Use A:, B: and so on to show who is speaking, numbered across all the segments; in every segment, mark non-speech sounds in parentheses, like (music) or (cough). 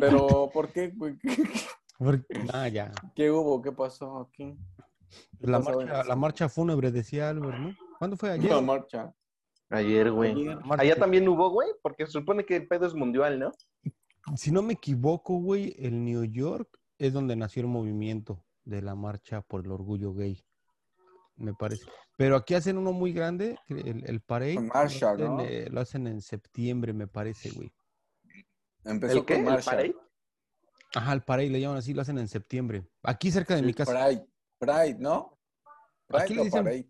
A: pero ¿por qué? güey?
B: Porque- ah, ya.
A: ¿Qué hubo? ¿Qué pasó aquí?
B: La
A: pasó
B: marcha,
A: eso?
B: la marcha fúnebre decía Albert, ¿no? ¿Cuándo fue ayer?
A: La marcha.
C: Ayer, güey.
A: Ayer.
B: Marcha-
C: Allá Ah, también hubo, güey, porque se supone que el pedo es mundial, ¿no?
B: Si no me equivoco, güey, el New York es donde nació el movimiento de la marcha por el orgullo gay. Me parece. Pero aquí hacen uno muy grande, que el, el parade.
A: Con marcha,
B: lo, hacen,
A: ¿no?
B: eh, lo hacen en septiembre, me parece, güey.
A: Empezó
C: ¿El qué?
A: con
C: ¿El
A: marcha.
C: parade?
B: Ajá, el parade le llaman así, lo hacen en septiembre. Aquí cerca de mi
A: El
B: casa.
A: Pride. Pride, ¿no? Pride
B: Aquí le
A: o
B: dicen-
A: Parade.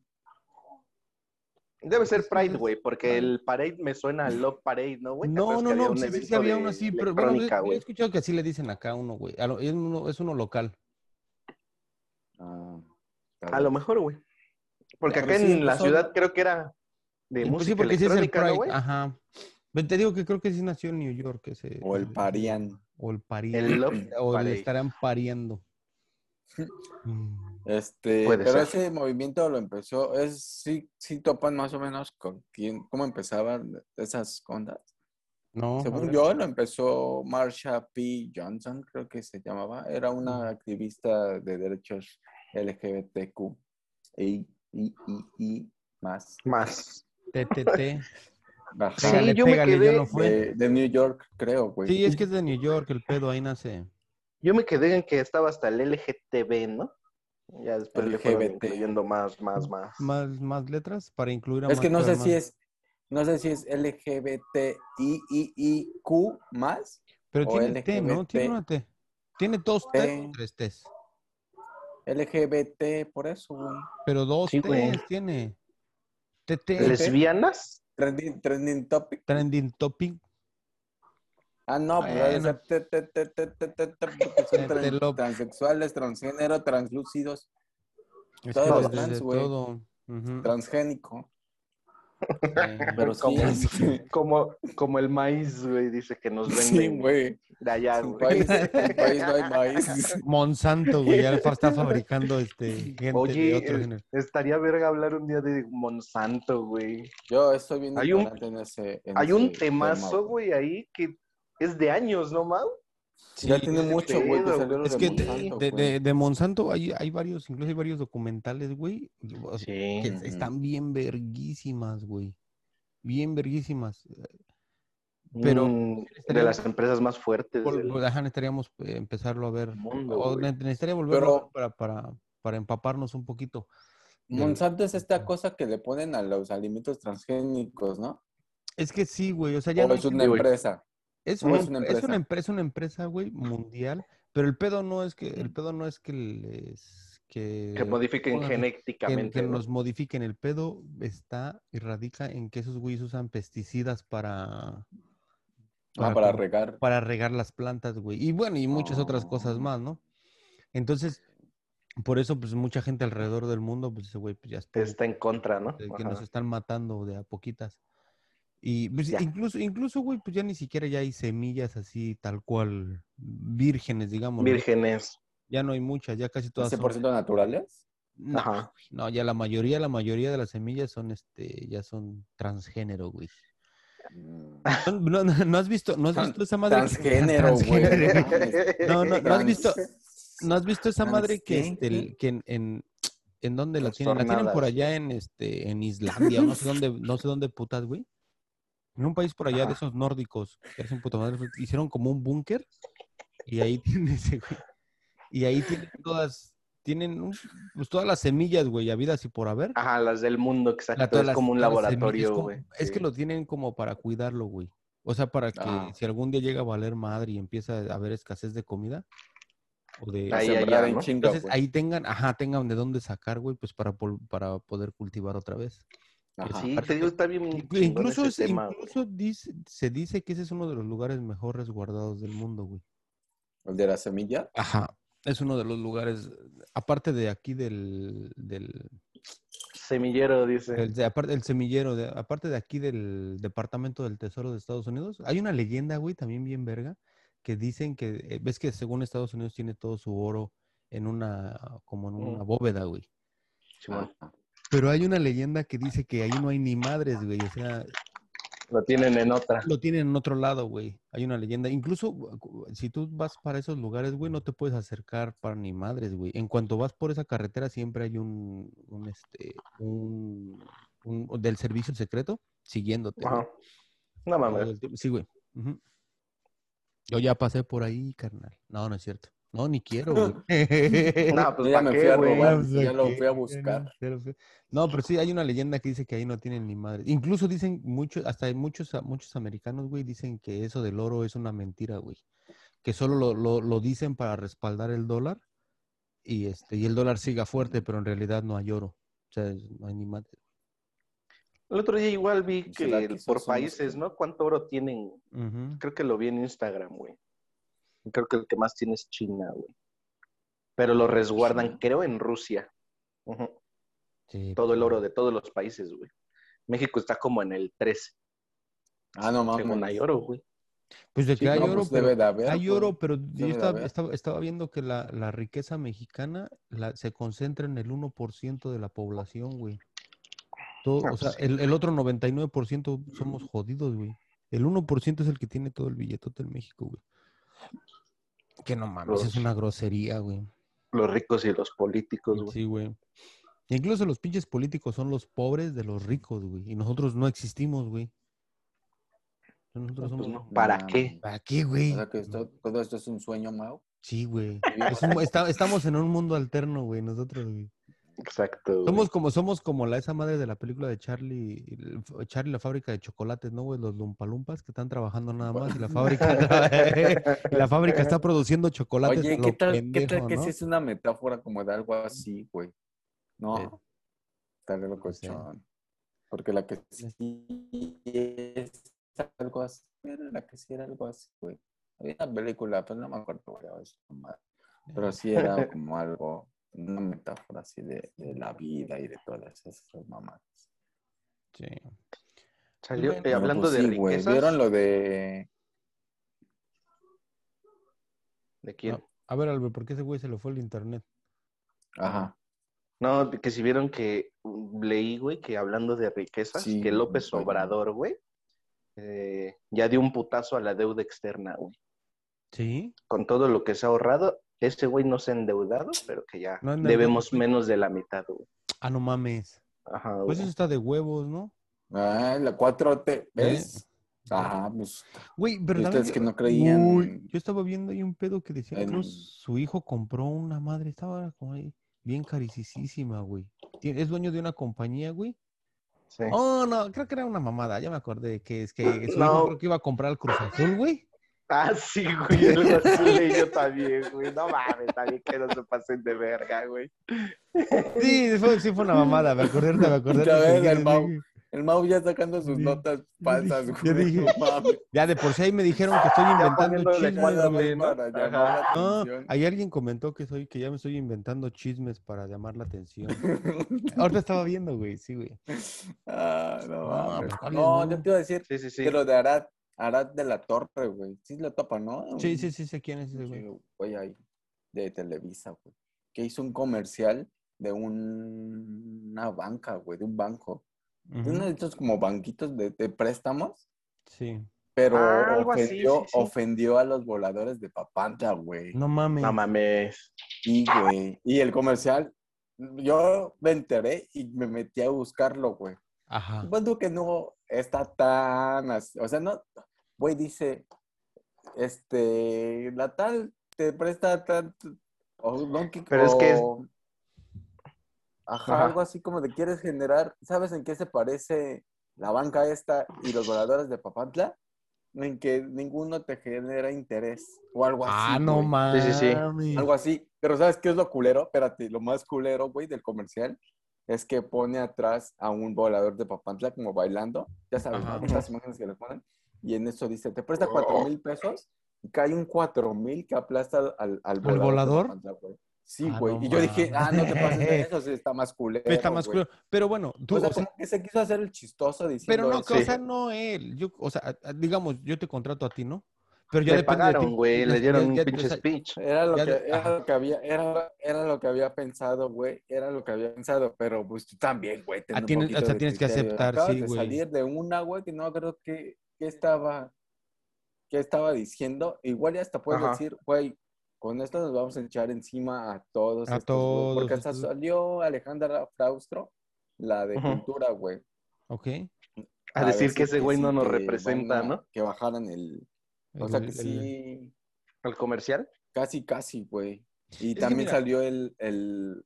C: Debe ser
B: Sí,
C: Pride,
B: es-
C: güey, porque el Parade me suena a Love Parade, ¿no, güey? ¿Te
B: No,
C: acuerdas
B: no,
C: que
B: no,
C: había un
B: sí, sí, sí
C: evento
B: había
C: de
B: uno así, pero bueno, yo-
C: electrónica,
B: yo he
C: güey?
B: escuchado que así le dicen acá a uno, güey. A lo- Es uno, es uno local.
A: Ah,
C: A lo mejor, güey. Porque
A: Pero
C: acá
A: sí
C: en la
A: empezó-
C: ciudad creo que era de
B: Pues
C: música
B: sí, porque sí es el
C: electrónica, ¿no,
B: Pride. ah,
C: güey?
B: Ajá. Pero Te digo que creo que sí nació en New York. Ese,
A: O el Parian.
B: O el pariente.
C: El Love
B: (clears throat) o le
C: Parade.
B: estarán
C: (laughs)
B: pariendo. Mm.
A: Este,
C: Puede
A: pero
C: ser.
A: ese movimiento lo empezó, es, sí, sí topan más o menos con quién, cómo empezaban esas ondas.
B: No, a
A: Según
B: ver.
A: yo, lo empezó Marsha P. Johnson, creo que se llamaba. Era una activista de derechos LGBTQ y, y, y, y más.
C: Más.
B: TTT.
A: Ajá.
C: Sí,
B: Pégale,
C: yo me
B: pégale,
C: quedé
B: ya no fue.
A: de, de New York, creo, güey.
B: Sí, es que es de New York, el pedo ahí nace.
C: Yo me quedé en que estaba hasta el LGTB, ¿no? Ya después le fueron
A: LGBT.
C: incluyendo más, más, más.
B: Más, más letras para incluir a
A: Es
B: más
A: que no sé
B: personas.
A: si es, no sé si es LGBTIIQ más.
B: Pero
A: o
B: tiene T, ¿no?
A: LGBT.
B: Tiene una T. Tiene dos T,
A: T.
B: tres T's.
A: LGBT, por eso, güey.
B: Pero dos
C: Sí,
B: T's
C: güey.
B: tiene. TT.
A: Les-
C: ¿Lesbianas?
A: Trending, trending topic.
B: Trending topic.
A: Ah, no, pues ha de
B: Bueno.
A: ser te- te- te- te- te- te- te- porque
B: (laughs)
A: son tran-
B: Tetelo.
A: transexuales, transgénero, translúcidos,
B: Es
A: Todos
B: que
A: los
B: desde
A: trans, güey.
B: todo. Ujú.
A: transgénico.
B: Eh,
A: Pero sí, (laughs)
C: ¿Cómo?
A: sí,
C: Como, como el maíz, güey, dice que nos
A: sí,
C: venden
A: güey.
C: de allá,
A: En país,
C: güey.
A: en país no hay (laughs) maíz.
B: Monsanto, güey, ya
A: (laughs)
B: fa- está fabricando este gente de
C: Oye,
B: otro
C: eh,
B: género.
C: (laughs) estaría verga hablar un día de Monsanto, güey.
A: Yo estoy bien
C: Hay un-
A: ignorante en ese. en
C: Hay un
A: ese tema,
C: temazo, güey, ahí que es de años, ¿no, Mau?
A: ya tiene mucho, güey.
C: pedo,
A: que salieron
C: güey.
B: Es
A: de
B: que de
A: Monsanto, güey.
B: de- de- de Monsanto hay, hay varios, incluso hay varios documentales, güey, o sea,
C: Sí.
B: que
A: Ujú.
B: están bien verguísimas, güey. Bien verguísimas. Pero-
A: Mm,
C: de las empresas más fuertes.
B: Por-
C: del-
B: por- ajá, necesitaríamos eh, empezarlo a ver.
C: mundo,
B: o
C: güey.
B: ne- necesitaría volverlo a
A: Pero-
B: ver para, para, para empaparnos un poquito.
A: Monsanto es esta cosa que le ponen a los alimentos transgénicos, ¿no?
B: Es que sí, güey, o sea, ya
A: O
B: no
A: es
B: hay-
A: una
C: güey.
A: empresa.
B: Es
A: No
B: una,
A: es una
B: empre- es una
A: empresa.
B: empresa, una empresa, güey, mundial, pero el pedo no es que, el pedo no es que les, que,
C: que modifiquen
B: pongan- que-
C: genéticamente.
B: que
C: ¿no?
B: nos modifiquen, el pedo está y radica en que esos güeyes usan pesticidas para,
A: Ah,
B: para
A: para
B: cul-
A: regar.
B: para regar las plantas, güey, y bueno, y muchas otras cosas
A: Ah.
B: más, ¿no? Entonces, por eso, pues, mucha gente alrededor del mundo, pues, dice, güey, pues, ya estuvo,
C: Está en contra, ¿no?
B: de que
C: Ajá.
B: nos están matando de a poquitas. Y pues,
C: Ya.
B: incluso, incluso, güey, pues ya ni siquiera ya hay semillas así tal cual vírgenes, digamos. ¿no?
C: Vírgenes.
B: Ya no hay muchas, ya casi todas son-
A: 100% naturales.
B: No,
C: Ajá.
B: no, ya la mayoría, la mayoría de las semillas son este, ya son transgénero, güey.
A: Mm.
B: No, (laughs) no, no- no has visto, no has
A: Tran-
B: visto esa madre. que- (laughs)
A: Transgénero, güey.
B: Transgénero,
A: no
B: güey.
A: mames.
B: (laughs) No, no, no has
A: Trans-
B: visto, ¿No has visto esa madre que, este, el-
A: Transgénero.
B: que en, en, en dónde la tienen? La tienen por
C: Trastornadas.
B: allá en este, en Islandia, o no sé dónde, no sé dónde putas, güey. En un país por allá de
C: Ajá.
B: esos nórdicos, que hacen puta madre, pues, hicieron como un búnker y ahí (laughs) tienen ese, güey. Y ahí tienen todas, tienen un- pues todas las semillas, güey, habidas y por haber.
C: (laughs) Ajá, las del mundo, exacto.
B: La- todas
C: es
B: las-
C: como un
B: todas las semillas,
C: laboratorio,
B: como-
C: güey.
B: Es que
C: Sí.
B: lo tienen como para cuidarlo, güey. O sea, para que
A: Ah.
B: si algún día llega a valer madre y empieza a haber escasez de comida o de,
A: Para
C: Ahí,
A: sembrar
C: allá,
A: en
C: ¿no?
A: chinga,
B: entonces
A: güey.
B: ahí tengan, ajá, tengan de dónde sacar, güey, pues para, pol- para poder cultivar otra vez.
A: Ajá.
C: Sí, te digo, está bien.
B: Inclu-
C: chingón
B: Incluso,
C: ese
B: es-
C: tema, güey.
B: incluso dice- se dice que ese es uno de los lugares mejor resguardados del mundo, güey.
A: ¿El de la semilla?
B: Ajá. Es uno de los lugares, aparte de aquí del, del,
C: Semillero, dice.
B: del- de- aparte del semillero, de- aparte de aquí del Departamento del Tesoro de Estados Unidos, hay una leyenda, güey, también bien verga, que dicen que, eh, ves que según Estados Unidos tiene todo su oro en una, como en
C: Mm.
B: una bóveda, güey.
C: Simón.
A: Ajá.
B: Pero hay una leyenda que dice que ahí no hay ni madres, güey. O sea,
C: Lo tienen en otra.
B: Lo tienen en otro lado, güey. Hay una leyenda. Incluso gu- si tú vas para esos lugares, güey, no te puedes acercar para ni madres, güey. En cuanto vas por esa carretera, siempre hay un, un este, un, un- del servicio secreto siguiéndote. güey.
C: Ajá. No
B: Todo
C: mames.
B: el tiempo. Sí, güey. Ujú. Yo ya pasé por ahí, carnal. No, no es cierto. No, ni quiero, (laughs) güey.
C: (laughs) No, pues
A: ya
C: ¿pa'
A: me
C: qué,
A: fui a
C: güey?
A: robar.
B: Pues,
A: (laughs) ya lo
B: ¿qué?
A: fui a buscar.
B: No, pero sí- no, pero sí, hay una leyenda que dice que ahí no tienen ni madre. Incluso dicen muchos, hasta hay muchos, muchos americanos, güey, dicen que eso del oro es una mentira, güey. Que solo lo, lo- lo dicen para respaldar el dólar y este y el dólar siga fuerte, pero en realidad no hay oro. O sea, es- no hay ni madre.
C: El otro día igual vi que
A: Será
C: el-
A: quizás
C: por
A: unos-
C: países, ¿no? ¿Cuánto oro tienen?
B: Ujú.
C: Creo que lo vi en Instagram, güey. Creo que el que más tiene es China, güey. Pero lo resguardan,
A: Ah, pues, China.
C: creo, en Rusia. Ujú.
B: Sí,
C: Todo el
B: pero-
C: oro de todos los países, güey. México está como en el 13.
A: Ah, no mames.
C: Según hay oro, güey.
B: Pues de que
A: Sí,
B: hay
A: no,
B: oro,
A: pues
B: pero-
A: debe de haber,
B: Hay
A: güey.
B: oro, pero
A: debe
B: yo
A: de
B: estaba,
A: haber.
B: estaba- estaba viendo que la, la riqueza mexicana la- se concentra en el 1% de la población, güey. Todo-
C: Ah,
B: o sea,
C: pues sí.
B: el, el otro 99% somos jodidos, güey. El 1% es el que tiene todo el billetote en México, güey. Que no mames, es
C: Los-
B: una grosería, güey.
C: Los ricos y los políticos, güey.
B: Sí, güey. Incluso los pinches políticos son los pobres de los ricos, güey. Y nosotros no existimos, güey. Nosotros
C: Pues
B: somos...
C: no, ¿Para
A: Nah,
C: qué?
B: ¿Para qué, güey?
A: O sea que esto- todo esto es un sueño, Mau. (laughs)
B: Sí, güey.
A: Vivimos
B: Es un- esta- estamos en un mundo alterno, güey, nosotros, güey.
C: Exacto. güey. (laughs)
B: Somos como, somos como la esa madre de la película de Charlie, el- Charlie la fábrica de chocolates, ¿no, güey? Los lumpalumpas que están trabajando nada más y la fábrica, (laughs) tra- y
C: eh,
B: la fábrica está produciendo chocolates.
A: Oye,
B: a
A: ¿qué tal,
B: lo
A: ¿qué tal
B: pendejo,
A: que
B: ¿no?
A: si es una metáfora como de algo así, güey?
B: Eh,
A: No, estaría loco
B: sé.
A: Porque la que sí es algo así, era la que sí era algo así, güey. Había una película, pero no me acuerdo, güey, a ver si no mal. Pero sí era
B: (laughs)
A: como algo, una metáfora así de, de la vida y de todas esas mamás.
B: Sí.
C: Salió,
B: Bueno,
C: eh,
A: Pero,
C: hablando
A: pues,
C: de
A: sí, güey,
C: riquezas.
A: ¿Vieron lo de
C: ¿De quién?
B: A ver, Albert, ¿por qué ese güey se le fue el internet?
A: Ajá.
C: No, de que si vieron que mm, leí, güey, que hablando de riquezas,
A: Sí,
C: que López
A: güey.
C: Obrador, güey, eh, ya dio un putazo a la deuda externa, güey.
B: Sí.
C: Con todo lo que se ha ahorrado, ese güey no se ha endeudado, pero que ya
B: No ha endeudado,
C: debemos
B: güey.
C: menos de la mitad, güey.
B: Ah, no mames.
C: Ajá,
B: Pues
C: güey.
B: eso está de huevos, ¿no?
A: Ah, la 4T, ¿ves? Ajá, pues.
B: Güey, pero
A: Y
B: también
A: ustedes
B: yo-
A: que no creían.
B: Uy, yo estaba viendo ahí un pedo que decía,
A: en-
B: creo su hijo compró una madre, estaba como ahí, bien caricisísima, güey. Tien- Es dueño de una compañía, güey.
C: Sí.
B: Oh, no, creo que era una mamada, ya me acordé que es que su hijo
C: No.
B: creo que iba a comprar el Cruz
A: (laughs)
B: Azul, güey.
C: Ah, sí, güey, el
B: (laughs)
C: azul y yo también, güey. No mames, también que no se pasen de verga, güey.
B: Sí, fue, sí fue una mamada, me acordé, ahorita me acordé.
A: Ya
B: ahorita
A: ves,
B: que
A: el
B: sí,
A: Mau.
B: sí.
A: El Mau ya sacando sus
B: Sí.
A: notas falsas, güey.
B: Yo dije-
A: no mames.
B: Ya de por sí ahí me dijeron que estoy inventando
C: poniéndole
B: chismes,
A: Nada más
B: güey. ¿no?
A: para llamar la
C: Ajá.
B: No,
A: atención.
B: ahí alguien comentó que soy, que ya me estoy inventando chismes para llamar la
A: (laughs)
B: atención. Ahorita estaba viendo, güey, sí, güey.
A: Ah, no,
B: No,
A: mames.
B: pues, ¿cuál es,
A: no,
B: no?
A: yo te iba a decir
C: Sí, sí, sí.
A: que lo de Arad, Arad de la Torre, güey. Sí lo tapa, ¿no?
B: Sí, sí, sí, sé quién es ese
A: Sí,
B: güey.
A: güey, ahí, de Televisa, güey. Que hizo un comercial de un- una banca, güey, de un banco. De uno
B: Ujú,
A: de estos como banquitos de- de préstamos.
B: Sí.
A: Pero
C: Ah, algo así,
A: ofendió,
C: sí, sí.
A: ofendió a los voladores de Papanta, güey.
B: No mames.
C: No mames.
A: Y, güey. Y el comercial, yo me enteré y me metí a buscarlo, güey.
B: Ajá.
A: Supongo Pues que no está tan así. O sea, no. Güey, dice, este, la tal te presta tanto. O no, que-
C: Pero es que es-
A: o- Ajá,
C: Ajá.
A: algo así como de quieres generar. ¿Sabes en qué se parece la banca esta y los voladores de Papantla? En que ninguno te genera interés o algo así.
B: Ah, no
A: güey.
B: mames.
C: Sí, sí, sí.
A: Algo así. Pero ¿sabes qué es lo culero? Espérate, lo más culero, güey, del comercial es que pone atrás a un volador de Papantla como bailando. Ya sabes,
B: Ajá.
A: ¿no? Estas imágenes que le ponen. Y en eso dice, te presta cuatro mil pesos y cae un cuatro mil que aplasta al, al, al volador. de
B: volador?
A: Papantla, güey. Sí,
B: Ah,
A: güey.
B: no
A: y yo dije, ah, no te pases
B: (laughs)
A: de
B: mames.
A: eso, sí está más culero.
B: Está más
A: güey".
B: claro. Pero bueno, tú,
A: O sea,
B: o sea,
A: como que se quiso hacer el chistoso diciendo
B: pero no,
A: eso.
B: que, o
C: Sí.
B: sea, no él. Yo, o sea, a- a- digamos, yo te contrato a ti, ¿no? Pero Pues ya
C: le
B: depende de ti.
C: pagaron, güey,
B: Ya-
C: le dieron
B: ya- pues,
C: un
B: ya-
C: pinche
B: o sea,
C: speech.
A: Era lo,
B: Ya
A: que,
B: de-
A: era
B: ajá.
A: lo que había, era, era lo que había pensado, güey. Era lo que había pensado, pero pues tú también, güey. ten
B: Ah,
A: un
B: tienes-
A: poquito
B: o sea,
A: de
B: tienes que
A: criterio.
B: aceptar,
A: Acabas
B: sí,
A: de
B: güey.
A: salir de una, güey, que no creo que, que estaba, que estaba diciendo. Igual ya hasta puedes
C: Ajá.
A: decir, güey, con esto nos vamos a echar encima a todos.
B: A
A: estos, güey, Porque
B: todos
A: hasta
B: estos.
A: salió Alejandra Fraustro, la de
C: Ujú.
A: cultura, güey.
B: Ok.
C: A decir que ese güey
A: sí,
C: no nos
A: que
C: representa,
A: van a-
C: ¿no?
A: Que bajaran el. O
B: El-
A: sea, que
B: el-
A: sí.
C: Al comercial.
A: Casi, casi, güey. Y
B: que
A: también
B: mira-
A: salió el, el,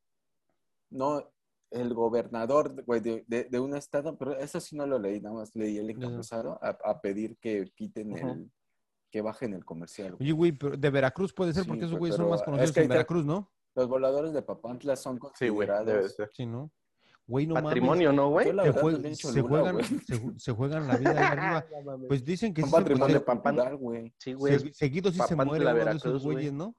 A: no, el gobernador, güey, de, de, de un estado, pero eso sí no lo leí, nada más leí el
B: Ujú.
A: encabezado a, a pedir que quiten el,
C: Ujú.
A: que bajen el comercial. güey.
B: Oye, güey, pero de Veracruz puede ser,
A: Sí,
B: porque esos
A: güey,
B: güeyes son
A: pero
B: más
A: es
B: conocidos
A: que ahí
B: en
A: te-
B: Veracruz, ¿no?
A: Los voladores de Papantla son
C: Sí, güey,
A: considerados.
C: debe de ser.
B: Sí, ¿no? Güey, no mames.
C: Patrimonio, ¿no, güey?
A: Yo la
B: Se,
A: verdad
B: jue-
A: también
B: se
A: Cholula,
B: juegan,
A: güey.
B: se, ju- se juegan la vida ahí
A: Ah,
B: arriba.
C: No mames.
B: Pues dicen que
A: Son
B: sí se-
A: patrimonio
B: se-
A: popular, güey.
C: Sí,
B: se-
C: güey.
B: seguido sí se
C: Papantla,
B: muere uno de esos
C: Veracruz, güey.
B: güeyes, ¿no?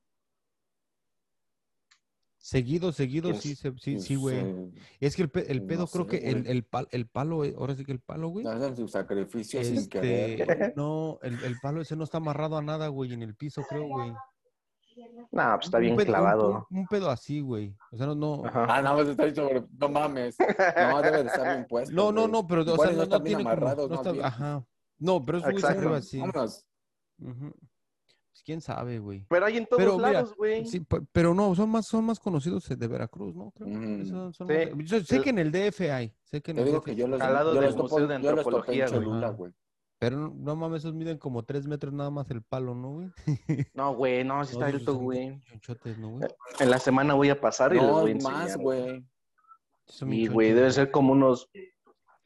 B: Seguido, seguido,
C: ¿Quién
B: sí,
C: es?
B: se- sí,
A: Pues,
B: sí, güey.
A: eh,
B: Es que el, pe- el
A: no
B: pedo, creo
A: sé,
B: que el,
A: güey.
B: el, pal- el palo, eh, ahora sí que el palo, güey.
A: Hacen sus sacrificios sin
B: Este,
A: querer, güey.
B: no, el, el palo ese no está amarrado a nada, güey, en el piso, creo, güey.
C: No, pues está
B: Un
C: bien
B: pedo- un-
C: clavado.
B: Un, un pedo así, güey. O sea, no, no,
C: Ajá.
A: Ah, nada más está dicho, güey, no mames. No, debe de estar bien puesto.
B: No, no,
A: güey.
B: no, pero o
A: Este, Igual
B: sea, no,
A: no están
B: no
A: bien
B: tiene como-
A: amarrados,
B: no
A: más
B: está-
A: bien.
B: ajá. No, pero es muy
A: Exacto.
B: algo
C: Exacto.
B: así.
A: Vámonos.
B: Ujú. Pues quién sabe, güey.
C: Pero hay en todos
B: Pero mira,
C: lados, güey.
B: Sí, pe- pero no, son más, son más conocidos de Veracruz, ¿no? Creo.
A: Mm.
B: Son- son
C: Sí.
B: más- yo sé que en el DF hay, sé que en
A: Te
B: el
A: digo
B: DF,
A: que yo los,
C: Al lado
A: yo
C: del
A: los topo,
C: Museo de
A: yo los topé en
C: Antropología, güey.
A: Cholula,
B: Ajá.
A: güey.
B: pero no, no mames, esos miden como tres metros nada más el palo, ¿no, güey?
C: No, güey, no, sí
B: No,
C: está
B: esos
C: alto,
B: están
C: güey.
B: Chonchotes, ¿no,
A: Eh,
B: güey?
C: En la semana voy a pasar y les
A: No,
C: voy a
A: es más,
C: enseñar.
A: güey.
B: Son bien
C: Y, güey,
B: chonchos,
C: debe ser como unos...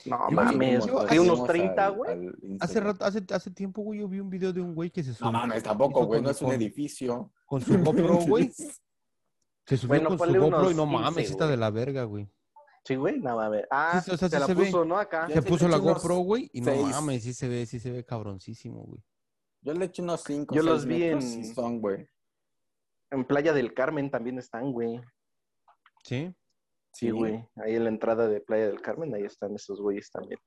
C: No
B: Yo-
C: mames,
B: yo-
C: güey,
B: hace-
C: unos 30, güey.
B: Hace rato, hace, hace tiempo, güey, yo vi un video de un güey que se subió.
A: No mames,
B: hizo
A: tampoco, güey.
B: con-
A: No es un
B: con-
A: edificio.
B: Con su
A: (laughs)
B: GoPro, güey. Se subió
C: Bueno,
B: con su
C: ponle
B: GoPro y
C: unos
B: no
C: 15,
B: mames, está
C: güey.
B: de la verga, güey.
C: Sí, güey, no mames. Ah,
B: Sí, o sea,
C: se
B: sí
C: la
B: se ve.
C: puso, ¿no? Acá.
A: Ya
B: Se
A: sí,
B: puso
A: de
B: la
A: hecho, unos
B: GoPro, güey, y no
A: seis.
B: mames, sí se ve, sí se ve cabroncísimo, güey.
A: Yo le eché unos 5
C: Yo los vi en-
A: Sí son, güey.
C: En Playa del Carmen también están, güey.
B: ¿Sí?
C: Sí, güey. Ahí en la entrada de Playa del Carmen, ahí están esos güeyes también.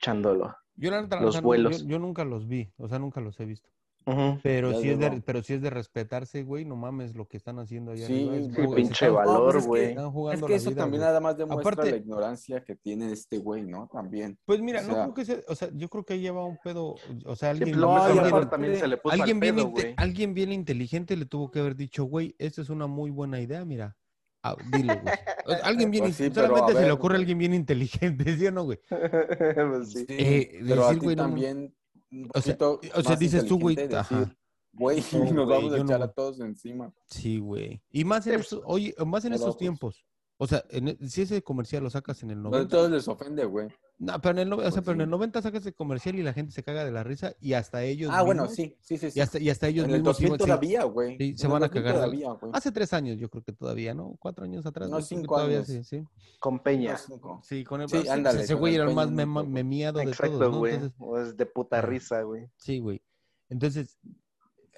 C: Chándolo.
B: Yo, la neta,
C: Los
B: o sea, no-
C: vuelos.
B: yo, yo nunca los vi, o sea, nunca los he visto.
C: Ujú.
B: Pero
A: Ya
B: sí, es de,
A: digo.
B: pero sí es de respetarse, güey, no mames lo que están haciendo allá
A: Sí,
B: arriba. es
A: sí,
B: juego- se
C: pinche
B: están-
C: valor,
A: No, pues es que-
C: güey.
B: están
A: Es
B: jugando
A: que
B: la
A: eso
B: vida,
A: también
B: güey.
A: nada más demuestra
B: Aparte-
A: la ignorancia que tiene este güey, ¿no? También.
B: Pues mira,
A: o
B: no
A: sea-
B: creo que sea, o sea, yo creo que ahí lleva un pedo, o sea,
C: De
B: alguien...
A: no,
C: plano,
A: y
C: esa
B: alguien-
C: madre
A: aparte-
C: también se le puso
B: Alguien
C: al
B: bien,
C: pedo,
B: inte-
C: güey.
B: alguien bien inteligente le tuvo que haber dicho, güey, esta es una muy buena idea, mira. Ah, dilo, güey. O sea, Alguien bien,
A: Pues
B: in-
A: sí, pero
B: solamente
A: a
B: se le
A: ver,
B: ocurre a
A: güey.
B: alguien bien inteligente, (laughs) ¿sí o no, güey?
C: (laughs) Pues sí.
A: Sí,
B: Eh,
A: pero
B: decir,
A: a ti
B: güey, no mames.
A: también un
B: O sea,
A: poquito
B: o sea,
A: más
B: dices tú, güey,
A: inteligente decir,
B: ajá.
A: güey, (laughs)
B: No,
A: nos
B: güey,
A: vamos a
B: yo no
A: echar
B: voy.
A: a todos encima.
B: Sí, güey. Y más en
C: Sí, pues,
B: estos, oye, más en
A: pero,
B: estos
A: pues,
B: tiempos. O sea, en e- si ese comercial lo sacas en el
A: No a
B: 90.
A: todos les ofende, güey.
B: No, pero en el, no- o sea,
A: Pues
B: pero en
A: sí.
B: el 90 sacas el comercial y la gente se caga de la risa y hasta ellos
A: Ah, bueno,
B: mismos-
A: sí, sí, sí. sí.
B: Y hasta, y hasta ellos
A: en el
B: mismos
A: 2000
B: iban- sí.
A: todavía, güey.
B: sí, se
A: En el
B: van a
A: 2000
B: cagar de Ah, la-
A: Todavía, güey.
B: Hace tres años, yo creo que todavía, ¿no? Cuatro años atrás.
A: No,
B: yo creo que
A: cinco
B: todavía
A: años.
B: Sí, sí.
C: Con Peña.
B: Pues,
A: Los cinco.
B: Sí, con el
A: Sí,
B: sí, pues,
A: ándale,
B: Ese
A: con
B: güey
A: el
B: era el más
A: Peña
B: mema-
A: Nieto, güey.
B: memiado de
C: Exacto,
B: todos, ¿no?
C: güey.
B: Entonces,
C: O Es de puta
B: Ajá.
C: risa, güey.
B: sí, güey. Entonces,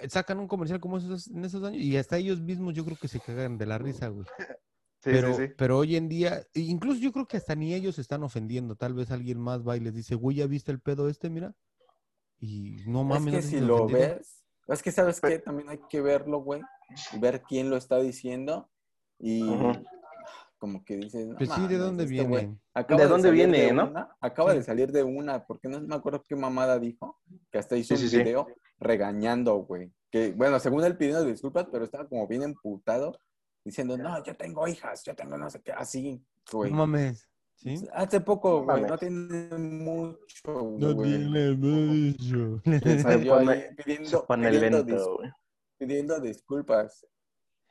B: eh, sacan un comercial como esos en esos años y hasta ellos mismos yo creo que se cagan de la risa, güey.
C: Sí,
B: pero,
C: sí, sí.
B: pero hoy en día, e incluso yo creo que hasta ni ellos se están ofendiendo. Tal vez alguien más va y les dice, güey, ¿ya viste el pedo este? Mira. Y no mames,
A: es
B: no
A: que
B: sé
A: si
B: se
A: lo
B: ofendieron.
A: ves, es que sabes que también hay que verlo, güey. y Ver quién lo está diciendo y
C: Ujú.
A: como que dices, no
B: Pues sí, ¿de
A: mames,
B: dónde
A: este güey
B: viene?
A: acaba
C: ¿De dónde
A: salir
C: viene,
A: de
C: no?
A: una- acaba
B: Sí.
A: de salir de una, porque no me acuerdo qué mamada dijo, que hasta hizo
C: Sí, sí,
A: un
C: sí.
A: video regañando, güey. Que, bueno, según él pidiendo disculpas, pero estaba como bien emputado, diciendo, no, yo tengo hijas, yo tengo no sé qué, así, güey.
B: No mames. ¿Sí?
A: Hace poco,
C: No
A: güey,
C: mames.
A: no tiene mucho,
B: No
A: güey.
B: tiene mucho. (laughs)
A: Que salió
C: pone-
A: ahí
C: Se
A: pidiendo,
C: pone
A: pidiendo
C: lento,
A: dis-
C: güey.
A: pidiendo disculpas.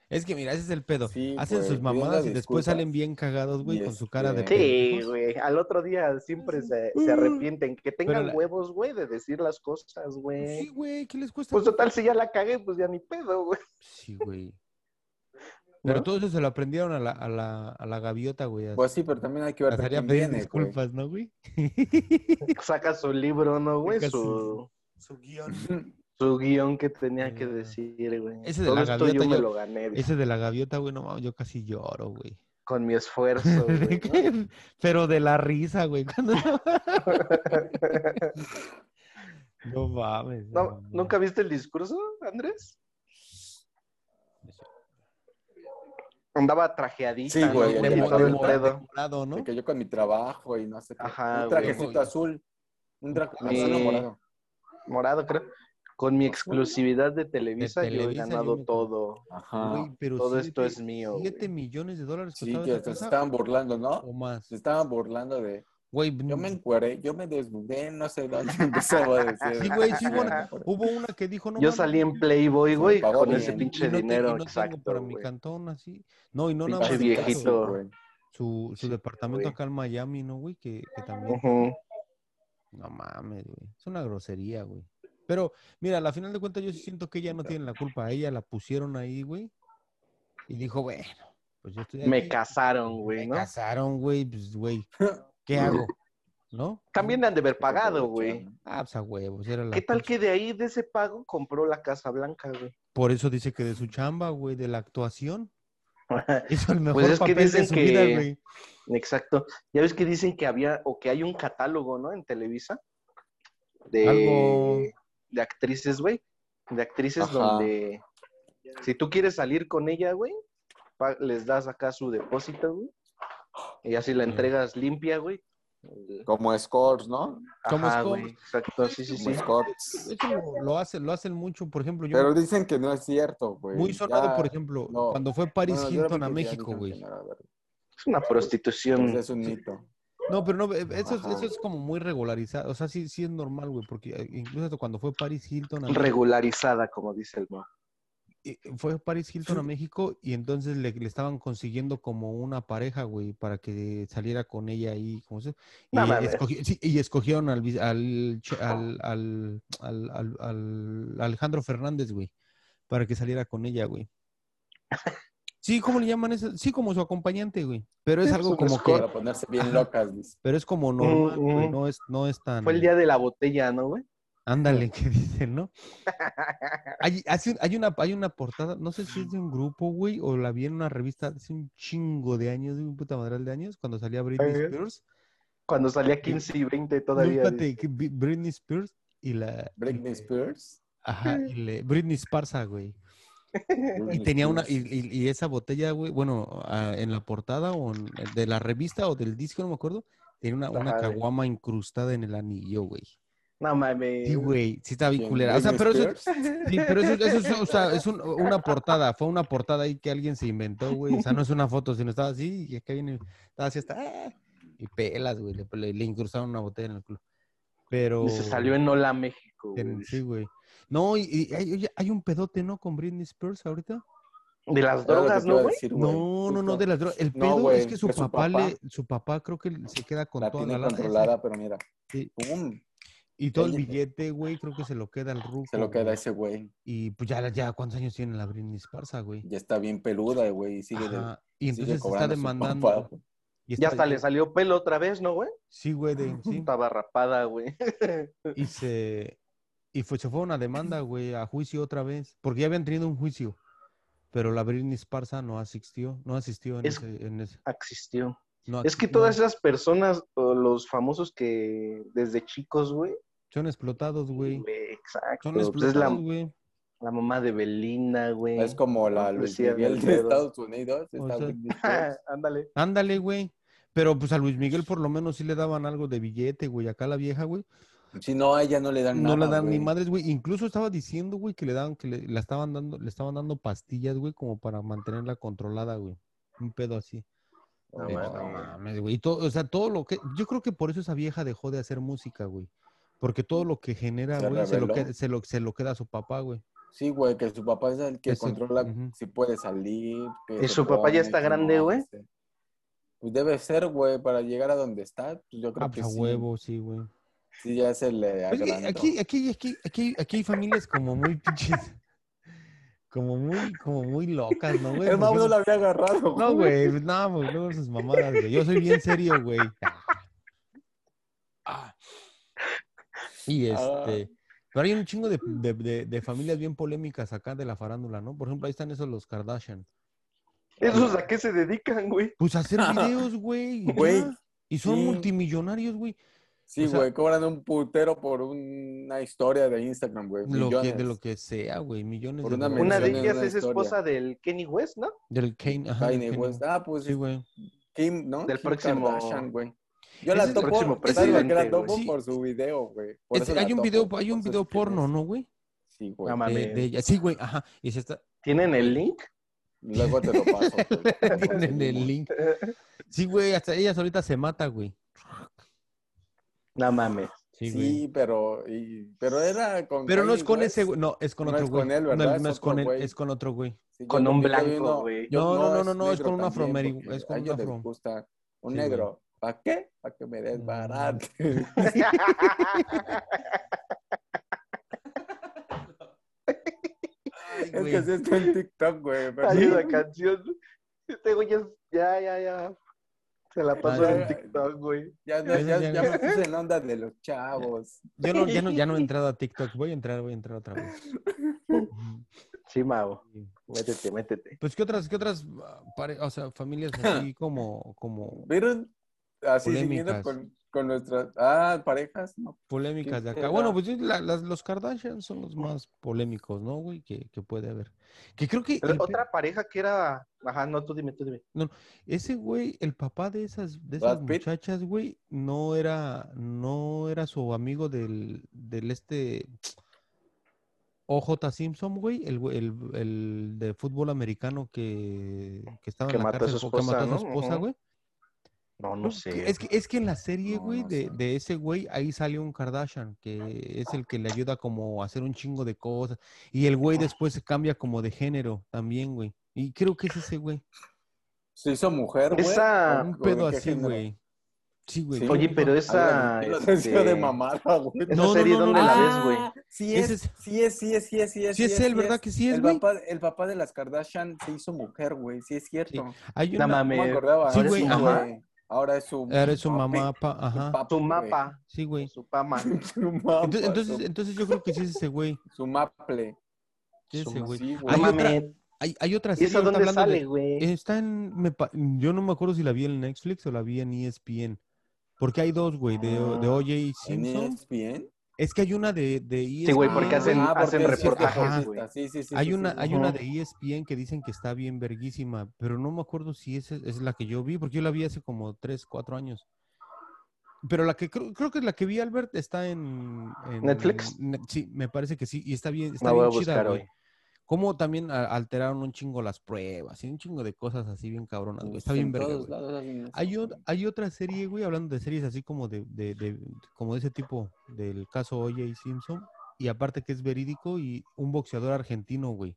B: Es que mira, ese es el pedo.
A: Sí,
B: Hacen
A: güey,
B: sus
A: pidiendo
B: mamadas y después
A: disculpas.
B: salen bien cagados, güey,
A: Y
B: con su cara de
A: este-
C: Sí,
B: pendejos. Uh.
C: güey. Al otro día siempre se, se arrepienten. Que tengan
B: la-
C: huevos, güey, de decir las cosas,
B: Sí,
C: güey.
B: güey, ¿qué les cuesta?
C: Pues total, si ya la cagué, pues ya ni pedo, güey.
B: Sí, güey. Pero
C: ¿No?
B: todo eso se lo aprendieron a la, a la, a la gaviota, güey. a-
A: Pues sí, pero también hay que ver
B: Las
A: de
B: haría
A: quién
B: pedir
A: viene, güey.
B: disculpas, ¿no, güey?
C: (laughs) Saca su libro, ¿no, güey?
B: Saca
C: Su,
B: Su guión.
C: su guión que tenía que
B: Ah.
C: decir, güey.
B: Ese de
C: Todo
B: la
C: esto
B: gaviota
C: yo me
B: yo-
C: lo gané güey,
B: Ese de la gaviota, güey, no mames, yo casi lloro, güey. (laughs)
C: con mi esfuerzo, güey. ¿no?
B: (laughs) Pero de la risa, güey. cuando- No mames. no
C: ¿No-
B: mames.
C: ¿Nunca viste el discurso, Andrés? Andaba trajeadita.
A: Sí, güey,
C: ¿no?
A: ya
C: Y
A: me
C: todo
A: acuerdo.
C: el pedo.
B: Morado, ¿no?
A: De que yo con mi trabajo y no sé qué.
C: Ajá,
A: un
C: güey.
A: trajecito azul. Un trajecito
C: Sí.
A: azul o morado.
C: Morado, creo. Con mi exclusividad de Televisa, yo he
B: Televisa, yo
C: ganado
B: me-
C: todo.
A: Ajá.
B: Güey, pero
C: Ah, todo esto
B: siete-
C: es mío,
B: siete
C: güey.
B: millones de dólares
A: sí,
B: costaba
A: que
B: esa
A: se
B: cosa,
A: estaban burlando, ¿no?
B: o más.
A: Se estaban burlando de.
B: Güey,
A: Yo me encueré, yo me desnudé, no sé dónde (laughs) empezaba a decir.
B: Sí, güey, sí,
A: "Me
B: bueno,
A: encueré".
B: hubo una que dijo, no
C: Yo
B: mames,
C: salí en
B: yo-
C: Playboy,
A: Se me
C: güey,
A: pagó
C: con
A: bien.
C: ese pinche
B: y no te- y
C: dinero.
B: no tengo
C: exacto.
B: para mi
C: güey.
B: cantón, así. No, y no nada
A: Pinche
B: más eso,
C: viejito.
A: güey.
B: Su, su
C: Sí,
B: departamento
C: güey.
B: acá en Miami, ¿no, güey? Que, que también...
C: Ujú.
B: No mames, güey. Es una grosería, güey. Pero, mira, a la final de cuentas yo sí siento que ella no tiene la culpa. A ella la pusieron ahí, güey. Y dijo, bueno, pues yo estoy
C: Me
B: aquí,
C: casaron, güey,
B: Me
C: ¿no?
B: casaron, güey. Pues,
A: (laughs)
B: güey, ¿qué hago? ¿No?
C: También han de haber pagado, güey.
B: Ah, pues a huevos. Era la
C: ¿Qué tal
B: pinche-
C: que de ahí, de ese pago, compró la Casa Blanca, güey?
B: Por eso dice que de su chamba, güey, de la
C: (laughs)
B: actuación. Hizo el mejor
C: Pues es que
B: papel de
C: dicen
B: su
C: que-
B: vida, güey.
C: Exacto. Ya ves que dicen que había o que hay un catálogo, ¿no? En Televisa de,
B: Algo-
C: de actrices, güey. De actrices
A: Ajá.
C: donde si tú quieres salir con ella, güey, pa- les das acá su depósito, güey. Y así la
B: Sí.
C: entregas limpia, güey.
A: Como Scores, ¿no?
B: Como
C: Ajá,
B: es como-
C: güey. Exacto, sí, sí,
A: Como
C: sí.
A: Scores.
B: Eso lo, lo hacen, lo hacen mucho. Por ejemplo, yo
A: Pero dicen que no es cierto, güey.
B: muy sonado,
A: Ya-
B: por ejemplo,
A: no.
B: cuando fue Paris
A: Bueno, yo lo vi
B: Hilton a
A: que ya
B: México,
A: dijeron
B: güey.
A: que no era verdad.
C: Es una
A: Pues
C: prostitución.
A: Es un mito.
B: No, pero no, eh, eso, es-
A: Ajá.
B: eso es como muy regularizado. O sea, sí, sí es normal, güey, porque eh, incluso hasta cuando fue Paris Hilton a,
C: Regularizada, como dice el Mau.
B: eh, fue Paris Hilton a México y entonces le, le estaban consiguiendo como una pareja, güey, para que saliera con ella ahí, como se- Y,
C: No mames.
B: escogi- sí, y escogieron al, vis- al, ch- al, al, al- al- al Alejandro Fernández, güey, para que saliera con ella, güey. Sí, ¿cómo le llaman eso? Sí, como su acompañante, güey. Pero es
C: Sí,
B: algo
C: pues,
B: como que,
A: Para ponerse bien
B: Ajá.
A: locas, dice.
B: pero es como normal, güey,
C: mm.
B: no es, no es tan.
C: Fue el día de la botella, ¿no, güey?
B: Ándale, que dicen, ¿no? Hay, hace un- hay, una, hay una portada, no sé si es de un grupo, güey, o la vi en una revista hace un chingo de años, de un puta madral de años, cuando salía Britney
C: Ajá.
B: Spears.
C: Cuando salía 15 y 20 todavía.
B: Nunca
C: dice.
B: te- que Bri- Britney Spears y la.
A: Britney Spears.
B: Ajá, y le- Britney Sparsa, güey. Y
A: Britney
B: tenía una, y,
A: Spears.
B: y- y esa botella, güey, bueno, ah, en la portada o en- de la revista o del disco, no me acuerdo, tenía una, una
C: Ajá, güey.
B: caguama incrustada en el anillo, güey.
C: No mames.
B: Sí, güey, sí estaba bien
A: ¿Quién?
B: culera. O sea,
A: Britney
B: pero eso,
A: Spears.
B: Sí, pero eso, eso es, o sea, es un- una portada, fue una portada ahí que alguien se inventó, güey. O sea, no es una foto, sino estaba así, y acá viene, estaba así hasta, ¡ah! y pelas, güey, le, le- le incrustaron una botella en el culo. Pero...
C: Y se salió en Hola México. güey.
B: ten- Sí, güey. No, y, y hay, oye, hay un pedote, ¿no? Con Britney Spears ahorita.
C: De las
A: Era lo que
C: drogas,
A: te
C: ¿no,
A: iba a
C: güey?
A: decir, güey.
B: No, no, no,
A: Justo.
B: de las drogas. El
A: No,
B: pedo
A: güey,
B: es que su
A: que su
B: papá,
A: papá-
B: le, su papá creo que se queda con
A: La
B: toda la
A: tiene
B: lana esa-
A: controlada, pero mira.
B: Sí.
A: Pum,
B: y todo el
A: Ella-
B: billete, güey, creo que se lo queda al ruco.
A: se lo queda
B: güey.
A: ese güey.
B: Y pues ya, ya, ¿cuántos años tiene la Britney Spears, güey?
A: Ya está bien peluda, güey. Y sigue, de-
B: Ajá, Y
A: sigue
B: entonces está
A: cobrando su
B: demandando.
A: papá, güey.
B: y
C: Ya hasta le
B: diciendo,
C: salió pelo otra vez, ¿no, güey?
B: Sí, güey,
C: (laughs)
B: de- sí.
C: Estaba rapada, güey. (laughs)
B: Y se. Y fue, se fue a una demanda, güey, a juicio otra vez. Porque ya habían tenido un juicio. Pero la Britney Sparsa no asistió, no asistió en
C: Es-
B: ese. en ese-
C: Existió.
B: no
C: Es que
B: asistió.
C: todas esas personas, o los famosos que desde chicos, güey.
B: Son explotados, güey.
C: güey, Exacto.
B: Son
C: Pues es la,
B: explotados, güey.
C: la mamá de Belinda, güey.
A: Es como la
C: No, pues
A: Luis
C: decía
A: Miguel
C: del
A: de
C: dedo.
A: Estados Unidos. está
B: sea-
C: (laughs)
A: Britney Spears.
C: Ah, Ándale.
B: Ándale, güey. Pero pues a Luis Miguel por lo menos sí le daban algo de billete, güey. Acá la vieja, güey.
A: Si no, a ella no le dan
B: No
A: nada.
B: le dan ni
A: güey.
B: madres, güey. Incluso estaba diciendo, güey, que le daban, que le, la estaban dando, le estaban dando pastillas, güey, como para mantenerla controlada, güey. Un pedo así.
A: No,
B: Pero
A: mames,
B: no
A: Ah, güey.
B: mames, güey. Y todo- o sea, todo lo que. Yo creo que por eso esa vieja dejó de hacer música, güey. Porque todo lo que genera,
A: Se
B: güey, se lo,
A: rebeló.
B: que- se, lo, se lo queda a su papá, güey.
A: Sí, güey, que su papá es el que
B: Ese-
A: controla
B: ujú.
A: si puede salir. que
C: ¿Y
A: se
C: su papá ya está
A: que
C: grande,
A: no
C: güey?
A: hace. Pues debe ser, güey, para llegar a donde está. pues yo creo
B: Ah,
A: que
B: pues a
A: sí.
B: huevo, sí, güey.
A: Sí, ya se le
B: Pues que
A: agrandó.
B: aquí, aquí, aquí, aquí, aquí hay familias como muy pinches. Como muy, como muy locas, ¿no, güey?
A: El Mau
B: Porque-
A: no la había agarrado. (laughs)
B: No, güey, pues, no, pues luego sus mamadas, güey. Yo soy bien
A: (laughs)
B: serio, güey. Ah. Y
A: Ah.
B: este. Pero hay un chingo de, de- de- de familias bien polémicas acá de la farándula, ¿no? Por ejemplo, ahí están esos los Kardashian.
A: Ah,
C: ¿Esos a qué se dedican, güey?
A: (laughs)
B: Pues a hacer videos, güey. y
A: Güey,
B: ya. Y son
A: sí.
B: multimillonarios, güey.
A: Sí,
B: O sea-
A: güey, cobran un putero por una historia de Instagram, güey.
B: Lo que-
A: Millones.
B: de lo que sea, güey. Millones
A: Por
B: de
A: una
B: dólares.
C: Una de
A: Mencionen
C: ellas
A: una
C: es
A: historia.
C: esposa del Kenny West, ¿no?
B: Del Kane. Ajá, del
A: Kanye
B: Kanye
A: West.
B: West.
A: Ah, pues
B: Sí, güey.
A: Kim, ¿no?
C: Del
A: Kim
C: próximo-
A: Kardashian, güey. Yo
B: Ese
A: la
B: es el
A: topo,
B: próximo
A: ¿sabes por qué la
C: presidente,
A: topo?
B: güey. Sí.
A: Por su video, güey. Por
B: Es-
A: eso la
B: hay un
A: topo,
B: video, hay
A: por
B: un
A: sus
B: video porno,
A: videos.
B: ¿no, güey?
A: Sí,
C: No
A: güey.
C: mames.
B: De, de ella. Sí, güey. Ajá. Y se está.
C: ¿Tienen el link?
A: Luego te lo
B: (laughs)
A: paso. güey. Lo
B: Tienen el
A: conseguimos.
B: link. Sí, güey. Hasta ella solita se mata, güey.
C: No mames.
B: Sí, güey.
A: Sí, pero, y- pero era con.
B: Pero no
A: Kanye
B: es con
A: West.
B: ese, güey. No, es con
A: No
B: otro
A: es
B: güey.
A: con él,
B: No,
A: ¿verdad?
B: no
A: Es
B: es con
A: otro
B: él,
A: güey.
B: es con otro güey.
A: Sí, yo
C: Con
A: lo
C: un
A: vi que había
C: blanco,
A: uno-
C: güey.
A: yo-
B: No, no, no, no, no, es
A: negro
B: con un
A: también,
B: afroameri-
A: porque
B: es con
A: a
B: un
A: ellos les
B: afro.
A: gusta un
B: Sí, güey.
A: negro. ¿Para qué? Para que me
B: Mm. (laughs)
A: desbarate. (laughs) es
B: güey.
A: que sí está en TikTok, güey. pero-
C: Hay una canción. (laughs) Este güey es- ya, ya, ya. Se la paso
A: Madre.
B: Ah,
C: en TikTok, güey.
A: Ya, no-
B: Eso
A: ya,
B: ya
A: ya
B: no.
A: me puse en la onda de los chavos.
B: Yo no, ya no, ya no he entrado a TikTok. Voy a entrar, voy a entrar otra vez.
A: (laughs)
C: Sí, Mau. Métete, métete.
B: Pues, ¿qué otras, qué otras ah, pare- o sea,
A: (laughs)
B: familias así como, como
A: ¿Vieron? Así
B: Polémicas.
A: siguiendo con, con nuestras. Ah, parejas, no.
B: polémicas de acá?
A: Era-
B: Bueno, pues sí, la- las- los Kardashian son los más polémicos, ¿no, güey? Que, que puede haber. Que creo que el pe-
C: Otra pareja que era. Ajá, no, tú dime, tú dime.
B: ese güey, el papá de esas, de esas
A: Brad Pitt.
B: muchachas, güey, no era, no era su amigo del, del este OJ Simpson, güey, el, güey- el, el de fútbol americano que, que estaba
C: Que
B: en la
C: mató a su
B: cárcel, que mató a su
C: esposa, ¿no?
B: esposa,
C: Ujú.
B: güey.
C: No,
B: No,
C: no
B: que-
C: sé.
B: Es que, es que en la serie,
A: No,
B: güey,
A: no
B: de,
A: sé.
B: de ese güey, ahí sale un Kardashian, que es el que le ayuda como a hacer un chingo de cosas. Y el güey después se cambia como de género también, güey. Y creo que es ese güey.
A: Se hizo mujer, güey.
C: Esa- Ah,
B: un
A: ¿O de
B: pedo
A: qué
B: así,
A: género?
B: güey. Sí, güey.
A: Sí.
B: creo
A: Oye,
C: Oye,
B: que
C: pero
B: no.
A: Ah,
C: esa.
A: bueno, yo la decía
C: este,
A: de mamada, güey.
C: Esa
B: No, no,
C: serie,
B: no,
C: ¿dónde
B: no,
C: la
B: no.
C: ves, güey?
A: Ah, Sí
B: Ese
A: es,
B: es-
A: sí es, sí es, sí es, sí es.
B: Sí es él, ¿verdad que sí es,
A: el
B: güey?
A: papá, el papá de las Kardashian se hizo mujer, güey, sí es cierto.
B: Hay
C: No
B: una...
A: No
C: mames.
A: me acordaba.
B: Sí,
A: Ahora es
B: güey,
A: su
B: ajá.
A: güey. Ahora es su
B: Ahora es su
A: papi,
B: mamá, pa- ajá.
A: papi,
C: Su
A: güey.
C: mapa.
B: Sí, güey.
C: Su pama.
A: (laughs) Su mapa,
B: Entonces, entonces,
A: su,
B: entonces yo creo que sí es ese güey.
A: su maple.
B: Sí es ese
A: Su-
B: güey.
A: sí,
C: No
A: güey.
B: Hay otra-
C: mames.
B: Hay, hay otra
C: ¿Y
B: serie.
C: esa
B: ahorita
C: dónde
B: hablando de-
C: sale, güey?
B: Está en. me pa- yo no me acuerdo si la vi en Netflix o la vi en E ESPN. Porque hay dos, güey, de, de
C: Ah,
B: OJ
A: ¿En E
B: Simpson.
A: ESPN?
B: Es que hay una de, de E ESPN.
C: Sí, güey, porque hacen-
A: Ah,
C: hacen
A: porque sí,
B: reportajes,
A: ajá.
C: güey.
A: Sí, sí, sí,
B: hay
A: sí,
B: una,
A: sí,
B: hay
A: sí.
B: una
C: Ujú.
B: de E ESPN que dicen que está bien verguísima, pero no me acuerdo si esa es la que yo vi, porque yo la vi hace como 3, 4 años. Pero la que creo, creo que la que vi, Albert, está en, en-
C: ¿Netflix?
B: ne- sí, me parece que sí, y está bien, está
C: La voy a
B: bien chida,
C: buscar
B: güey.
C: hoy.
B: Como también a- alteraron un chingo las pruebas y un chingo de cosas así bien cabronas, güey. Está
A: En
B: bien verga,
A: todos
B: güey.
A: lados hacen eso,
B: Hay, ot-
A: güey.
B: hay otra serie, güey, hablando de series así como de, de- de- como de ese tipo, del caso O.J. Simpson, y aparte que es verídico, y un boxeador argentino, güey.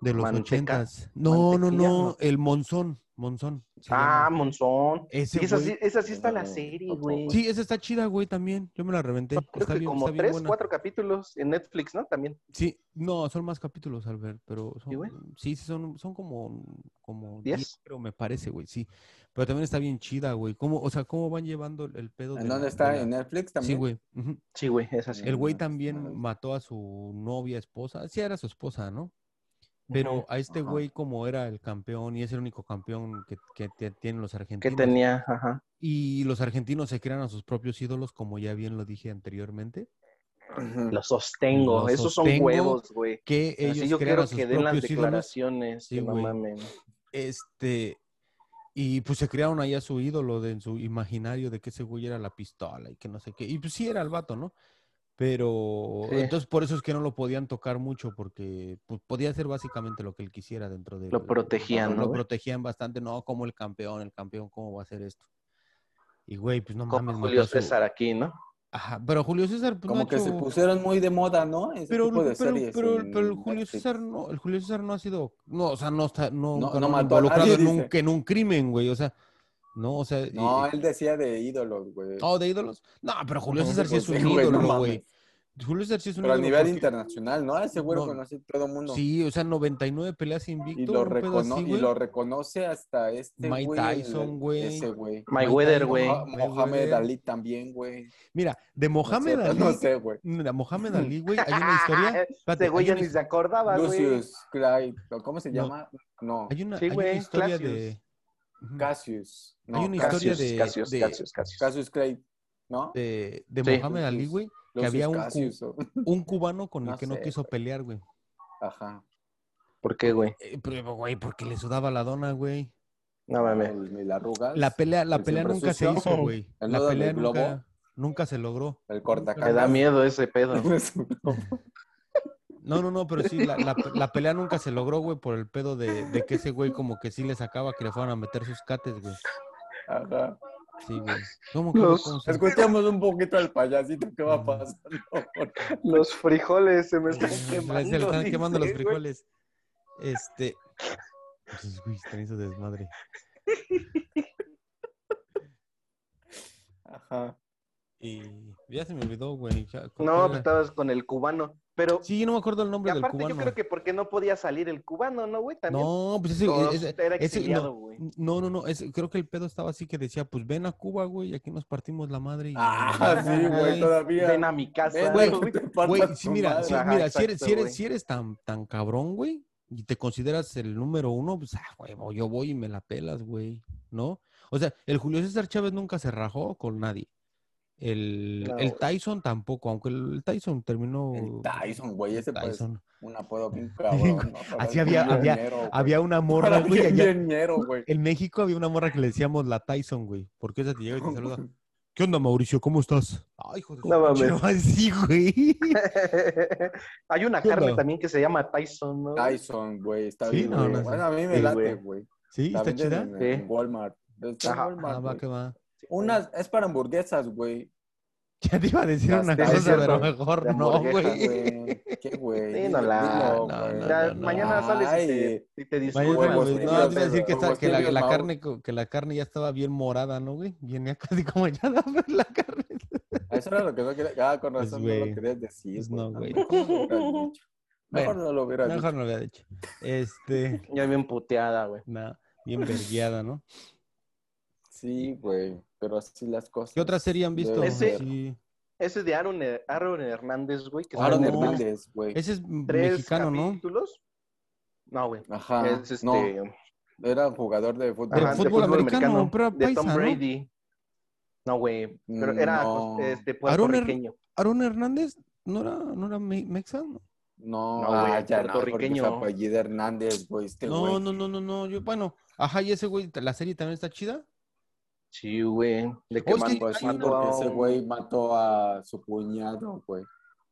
B: De los
C: Manteca-
B: ochentas. No, no,
C: mantequilla,
B: no,
C: ¿no?
B: el Monzón. Monzón. se
C: Ah,
B: llama.
C: Monzón.
B: Ese
C: Sí, esa,
B: güey-
C: sí, esa sí está en la
A: No,
C: serie,
A: tampoco.
C: güey.
B: Sí, esa está chida, güey, también. Yo me la reventé.
C: Creo
B: está
C: que
B: bien,
C: como
B: está bien
C: tres,
B: buena.
C: cuatro capítulos en Netflix, ¿no? También.
B: Sí, no, son más capítulos, Albert, pero son,
C: güey?
B: sí, sí, son, son como, como
C: ¿Diez?
B: pero me parece, güey, sí. Pero también está bien chida, güey. ¿Cómo, o sea, cómo van llevando el, el pedo de
A: ¿En
B: la-
A: dónde
B: de
A: está?
B: la-
A: ¿En Netflix
B: Sí,
A: también?
B: güey. ujú.
C: Sí, güey, esa
A: sí.
C: sí.
B: El güey
A: no, pues, no lo
B: también
A: vi.
B: mató a su novia, esposa. Sí, era su esposa, ¿no? Pero
C: Ujú.
B: a este
A: Ajá.
B: güey, como era el campeón y es el único campeón que, que te- tienen los
C: Que
B: argentinos.
C: tenía, ajá.
B: Y los argentinos se crean a sus propios ídolos, como ya bien lo dije anteriormente.
A: Ujú.
C: Lo sostengo.
B: Lo
C: Esos
B: sostengo.
C: son huevos, güey.
B: Que ellos
C: Así yo
B: crean a
C: quiero
B: sus
C: que den las
B: propios ídolos.
C: declaraciones.
B: Sí,
C: que no
B: güey.
C: mamen.
B: Este, y pues se crearon ahí a su ídolo de, en su imaginario de que ese güey era la pistola y que no sé qué. Y pues sí era el vato, ¿no? Pero
C: Sí.
B: entonces por eso es que no lo podían tocar mucho porque pues, podía hacer básicamente lo que él quisiera dentro de...
C: Lo protegían, ¿no,
B: Lo
C: güey?
B: protegían bastante, no, como el campeón, el campeón, ¿cómo va a hacer esto? Y güey, pues no
C: Como
B: mames. mató
C: Julio
B: a su-
C: César aquí, ¿no?
B: Ajá, pero Julio César... pues, no
A: Como
B: ha
A: que se
B: hecho-
A: pusieron muy de moda, ¿no? Ese
B: Pero,
A: tipo de
B: pero,
A: series
B: pero-
A: en
B: pero el Julio
A: Netflix.
B: César no, el Julio César no ha sido, no, o sea, no está, no,
A: No-
B: nunca
A: no
B: lo han
A: mató a nadie,
B: involucrado en un,
A: dice.
B: que en un crimen, güey, o sea, no, o sea, y-
A: No,
B: y-
A: él decía de ídolos, güey.
B: oh, de ídolos, no, pero Julio
C: Ujú,
B: César sí
A: pues
B: es un
A: sí, (laughs) güey, no
B: ídolo,
A: mames.
B: güey, Julio César sí es un
A: Pero a
B: ídolo
A: nivel
B: porque-
A: internacional, ¿no? Ese güey lo
B: No.
A: conoce todo el mundo.
B: sí, o sea, 99 peleas invicto,
A: y, lo
B: un pedo
A: recono-
B: así,
A: y
B: güey.
A: lo reconoce hasta este
B: Mike
A: güey. el-
B: Tyson, güey.
A: Ese güey.
C: Mayweather,
B: Tyson,
C: güey.
A: Moha- Mohamed
B: Mayweather.
A: Ali también, güey.
B: mira, de
A: No sé,
B: Mohamed
A: pero
B: Ali,
A: No sé, güey.
B: mira, Mohamed Ali, güey, hay
C: (laughs)
B: una historia, espérate,
C: Ese Ah, este güey
B: hay
C: ya
B: una
C: ni se acordaba, güey.
A: Lucius Clyde. ¿o ¿Cómo se
B: No.
A: llama? No.
B: Hay una,
C: Sí,
B: hay una
C: güey,
B: historia
C: Clasius.
B: de... Ujú.
A: Cassius. No,
B: Hay una
A: Cassius.
B: historia
C: Cassius,
B: de-
C: Cassius,
B: de-
C: Cassius, Cassius.
A: Cassius Clay. ¿no?
B: de, de
C: Sí.
B: Mohamed Ali,
A: Los-
B: güey,
A: Los
B: había un cu-
A: Eustacios, o-
B: un cubano con el
A: No
B: que no
A: sé,
B: quiso
A: güey.
B: pelear, güey.
A: Ajá.
C: ¿Por qué, güey?
B: Eh, pero, güey, porque le sudaba la dona, güey.
C: No mames.
A: El, el arrugas,
B: La pelea, la
A: El
B: pelea
A: siempre
B: nunca se
A: sucio.
B: hizo, (laughs) güey.
A: El
B: La
A: nudo
B: pelea
A: del globo.
B: nunca, nunca se logró.
A: el cortacabezas.
C: Me
A: (laughs)
C: da miedo ese
B: (laughs)
C: pedo.
B: No, no, no, pero sí, la, la- la pelea nunca se logró, güey, por el pedo de, de que ese güey como que sí le sacaba que le fueran a meter sus cates, güey.
A: Ajá.
B: Sí, güey. ¿Cómo, cómo,
C: Los-
B: cómo se-
A: Escuchemos un poquito al payasito que
C: Ah.
A: va pasando.
C: Los frijoles se me
B: (laughs)
C: están
B: Se le-
C: quemando.
B: Se le están
C: dice,
B: quemando los
C: güey.
B: frijoles. Este. Pues, güey, están hizo desmadre.
A: Ajá.
B: Y ya se me olvidó, güey. ya- ¿cuál
C: No,
B: era?
C: pues estabas con el cubano. Pero,
B: Sí, yo no me acuerdo el
C: y
B: nombre del
C: aparte
B: cubano.
C: yo creo que porque no podía salir el cubano, ¿no, güey? También.
B: No, pues ese,
C: O
B: ese-
C: era
B: ese-
C: exiliado,
B: no,
C: güey.
B: no, no, no, ese- creo que el pedo estaba así que decía, pues ven a Cuba, güey, y aquí nos partimos la madre. y-
A: Ah, sí, güey, todavía.
C: Ven a mi
A: Ven,
C: casa.
B: güey,
A: que te
B: Güey,
A: partas
B: sí,
A: tu
B: mira,
A: madre.
B: sí,
C: Ajá,
B: mira, si eres,
C: exacto,
B: si eres,
C: güey.
B: si eres tan, tan cabrón, güey, y te consideras el número uno, pues, ah, güey, bo- yo voy y me la pelas, güey, ¿no? O sea, el Julio César Chávez nunca se rajó con nadie. El,
C: No,
B: el
C: güey.
B: Tyson tampoco, aunque el Tyson terminó...
A: El Tyson, güey, ese pues,
B: Tyson.
A: un apodo bien
B: (laughs)
A: cabrón. ¿no? Para
B: Así
A: el
B: había-
A: bien
B: había-
A: ñero, güey.
B: Había una
A: Para
B: morra, güey,
A: bien
B: allá-
A: ñero, güey.
B: En México había una morra que le decíamos la Tyson, güey. Porque esa te llega y
C: (laughs)
B: te saluda. ¿Qué onda, Mauricio? ¿Cómo estás? Ay, hijo de su
C: No
B: pinche
C: mames.
B: madre, Sí,
C: (laughs)
B: güey.
C: Hay una
B: ¿Qué onda?
C: carne también que se llama Tyson, ¿no?
A: Tyson, güey, está
B: Sí,
A: bien.
B: no,
A: güey.
B: no, sí.
A: bueno, a mí me
C: Sí,
A: late,
C: güey.
A: güey.
B: Sí,
A: La
B: está
A: venden
B: chida.
A: en- en
C: Sí.
A: Walmart. Está en
C: Ajá.
A: Walmart,
B: Ah, va
A: güey.
B: que va.
A: Unas, es para hamburguesas, güey.
B: Ya te iba a decir
A: Ya
B: una
A: está,
C: es
B: cosa,
C: cierto,
B: pero
C: güey.
B: mejor
C: De
B: no,
C: hamburguesa,
B: güey.
A: güey. ¿Qué, güey?
C: Sí, no la-
A: Dilo,
B: no,
A: güey.
B: no,
C: Ya,
B: no, no.
C: mañana sales y
A: Ay.
C: te, y te
B: Mañana,
C: disculpas.
A: Mañana,
B: güey,
A: huevos
C: güey.
B: no,
A: tibios,
B: te iba a decir que,
A: huevos
B: está- que la,
A: tibios,
B: la
A: Mau.
B: carne, co- que la carne ya estaba bien morada, ¿no, güey? Bien ya casi como echada pero la carne.
A: Eso era lo que no quería. Ah, con
B: Pues,
A: razón no
B: güey.
A: lo querías decir.
B: Pues no, güey.
A: Mejor no lo hubieras dicho. Mejor
B: Bueno, (laughs)
A: no lo hubieras
B: Mejor no lo había dicho. Este, (laughs)
C: Ya bien puteada, güey.
B: nada, bien vergueada, ¿no?
A: dicho. Sí, güey. Pero así las cosas.
B: ¿Qué otra serie han visto?
C: Ese-
B: Sí.
C: Ese de Aaron, Her- Aaron Hernández, güey. Que
A: Aaron
C: son
B: no.
A: Hernández, Ah, güey.
B: Ese es
C: tres
B: mexicano, ¿no?
C: capítulos. No, güey.
A: Ajá.
C: es este.
A: Ah, No, era jugador de fútbol.
B: Del
C: ajá, de
B: fútbol americano, pero era
C: de Tom
B: paisa, ¿no?
C: Brady. No, güey. Pero
A: Mm,
C: era
A: no.
C: pues, este,
B: Aaron Her-
C: puertorriqueño.
B: Aaron Hernández no era, no era me- mexa, ¿no?
A: No,
C: No,
A: ah,
C: güey,
A: ya no, porque
C: puertorriqueño.
A: se apellida Hernández, güey. Este güey.
B: No, no, no, no, no. Yo, bueno, ajá, y ese güey, la serie también está chida.
C: Sí, güey. De que
B: Oh, es que-
C: mandó
A: Pues sí,
B: Ay, no.
A: porque ese güey mató a su cuñado, güey.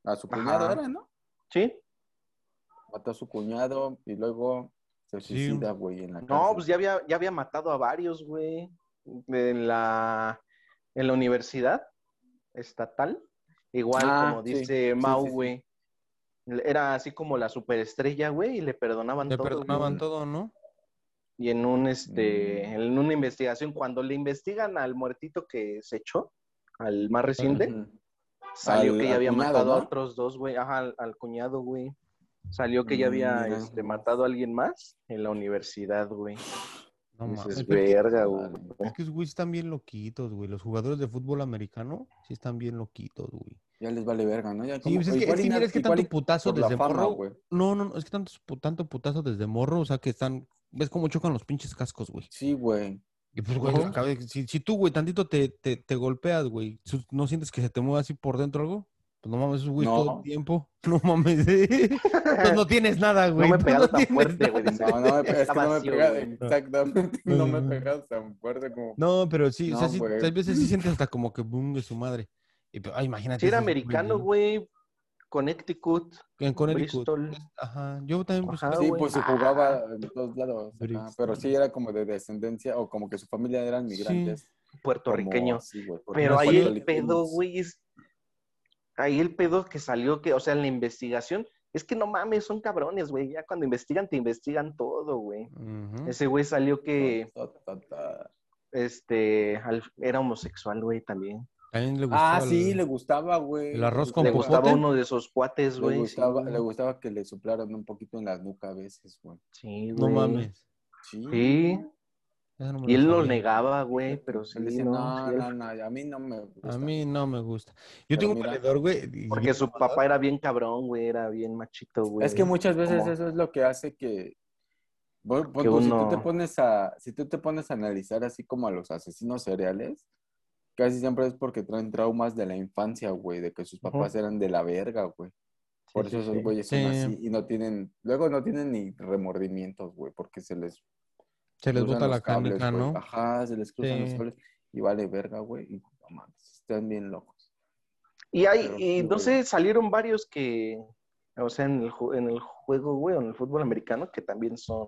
A: A su
C: Ajá.
A: cuñado era, ¿no?
C: Sí.
A: Mató a su cuñado y luego se
B: Sí.
A: suicida, güey, en la
C: No,
A: cárcel.
C: pues ya había, ya había matado a varios, güey. En la, en la universidad estatal. Igual,
A: Ah,
C: como
A: sí,
C: dice
A: sí,
C: Mau,
A: sí, sí.
C: güey. Era así como la superestrella, güey, y le perdonaban
B: Le
C: todo. güey.
B: perdonaban todo, ¿no?
C: Y en un este,
A: Mm.
C: en una investigación, cuando le investigan al muertito que se echó, al más reciente,
A: Ujú.
C: Salió
A: Al-
C: que ya
A: al
C: había
A: cuñado,
C: matado a
A: ¿no?
C: otros dos, güey. Ajá, al, al cuñado, güey. Salió que ya había
A: Mm, mira.
C: este, matado a alguien más en la universidad, güey.
B: No
C: Dices,
B: mames. pero Es que-
C: verga, güey.
B: es que esos güeyes están bien loquitos, güey. Los jugadores de fútbol americano sí están bien loquitos, güey.
A: Ya les vale verga, ¿no? Ya
B: Sí,
A: como-
B: pues es que,
A: igual
B: es que
A: y na-
B: mira, es que
A: igual
B: tanto
A: y
B: putazo
A: por la
B: desde
A: fama,
B: morro.
A: güey.
B: No, no, no, es que tanto, tanto putazo desde morro, o sea, que están. ¿Ves cómo chocan los pinches cascos, güey?
A: Sí, güey.
B: Y pues, güey,
C: Ujú.
B: acaba de- si, si tú, güey, tantito te, te, te golpeas, güey, su- ¿no sientes que se te mueve así por dentro algo? Pues no mames, güey, todo
A: No.
B: el tiempo. (laughs) No mames. eh. Entonces no tienes nada, güey.
C: no me
B: tú
C: pegaron
B: (laughs) no
C: tan
B: tienes
C: fuerte,
B: nada.
C: güey. dice.
A: No, no me pegas,
C: Está
A: que no me
C: vacío,
A: pegas,
C: güey.
A: exactamente. No me
B: Ujú.
A: pegas tan fuerte como.
B: No, pero sí, o sea,
A: No,
B: sí,
A: güey.
B: a veces sí sientes hasta como que boom de su madre. Y, pero, ay, imagínate.
C: Si era
B: esos güeyes,
C: americano,
B: ¿no?
C: güey. Connecticut.
B: En Connecticut.
C: Bristol.
B: Ajá, yo también. pues,
C: Ajá,
A: Sí,
C: güey.
A: pues se
C: Ah.
A: jugaba en todos lados. ajá,
B: Bristol.
A: Pero sí era como de descendencia o como que su familia eran migrantes. como
C: Puertorriqueño.
A: así, güey, porque
C: Pero
A: no
B: Unos
C: ahí
A: fue
C: el
A: todo
C: pedo,
A: Philippines.
C: güey, es... Ahí el pedo que salió, que, o sea, en la investigación, es que no mames, son cabrones, güey. Ya cuando investigan, te investigan todo, güey.
B: ujú.
C: Ese güey salió que
A: Ta, ta, ta.
C: este al- era homosexual, güey, también.
B: También le gustaba
A: Ah, sí,
B: el-
A: le gustaba, güey.
B: el arroz
A: Le
B: con
C: Le
A: gustaba-
C: gustaba
B: popote?
C: uno de esos cuates,
A: Le
C: güey.
A: gustaba,
C: sí,
A: le gustaba que le soplaran un poquito en la nuca a veces, güey.
C: sí,
B: No
C: güey.
B: mames.
A: Sí.
C: Sí,
B: eso no me
C: y él lo
B: sabía.
C: negaba, güey, pero sí,
A: Él decía,
C: no,
A: no,
C: sí, él-
A: no, no, a mí no me gusta.
B: A mí no me gusta. Yo
A: Pero
B: tengo
A: mira,
B: un valedor, güey. y-
C: Porque su papá era bien cabrón, güey, era bien machito, güey.
A: Es que muchas veces
C: Como-
A: eso es lo que hace que. Bueno,
C: Que
A: pues, si tú
C: uno-
A: te pones a, si tú te pones a analizar así como a los asesinos cereales, casi siempre es porque traen traumas de la infancia, güey, de que sus papás eran de la verga, güey. Por eso esos güeyes son
B: Sí.
A: así y no tienen, luego no tienen ni remordimientos, güey, porque se les
B: (laughs) Se les
A: cruzan
B: bota
A: los
B: la
A: cables,
B: canica,
A: güey.
B: ¿no?
A: Ajá, se pues, les cruzan los
B: Sí.
A: cables y vale verga, güey, y no mames, están bien locos.
C: Y hay,
A: Pero sí,
C: y no
A: güey.
C: sé, salieron varios que, o sea, en el, ju- en el juego, güey, o en el fútbol americano, que también son,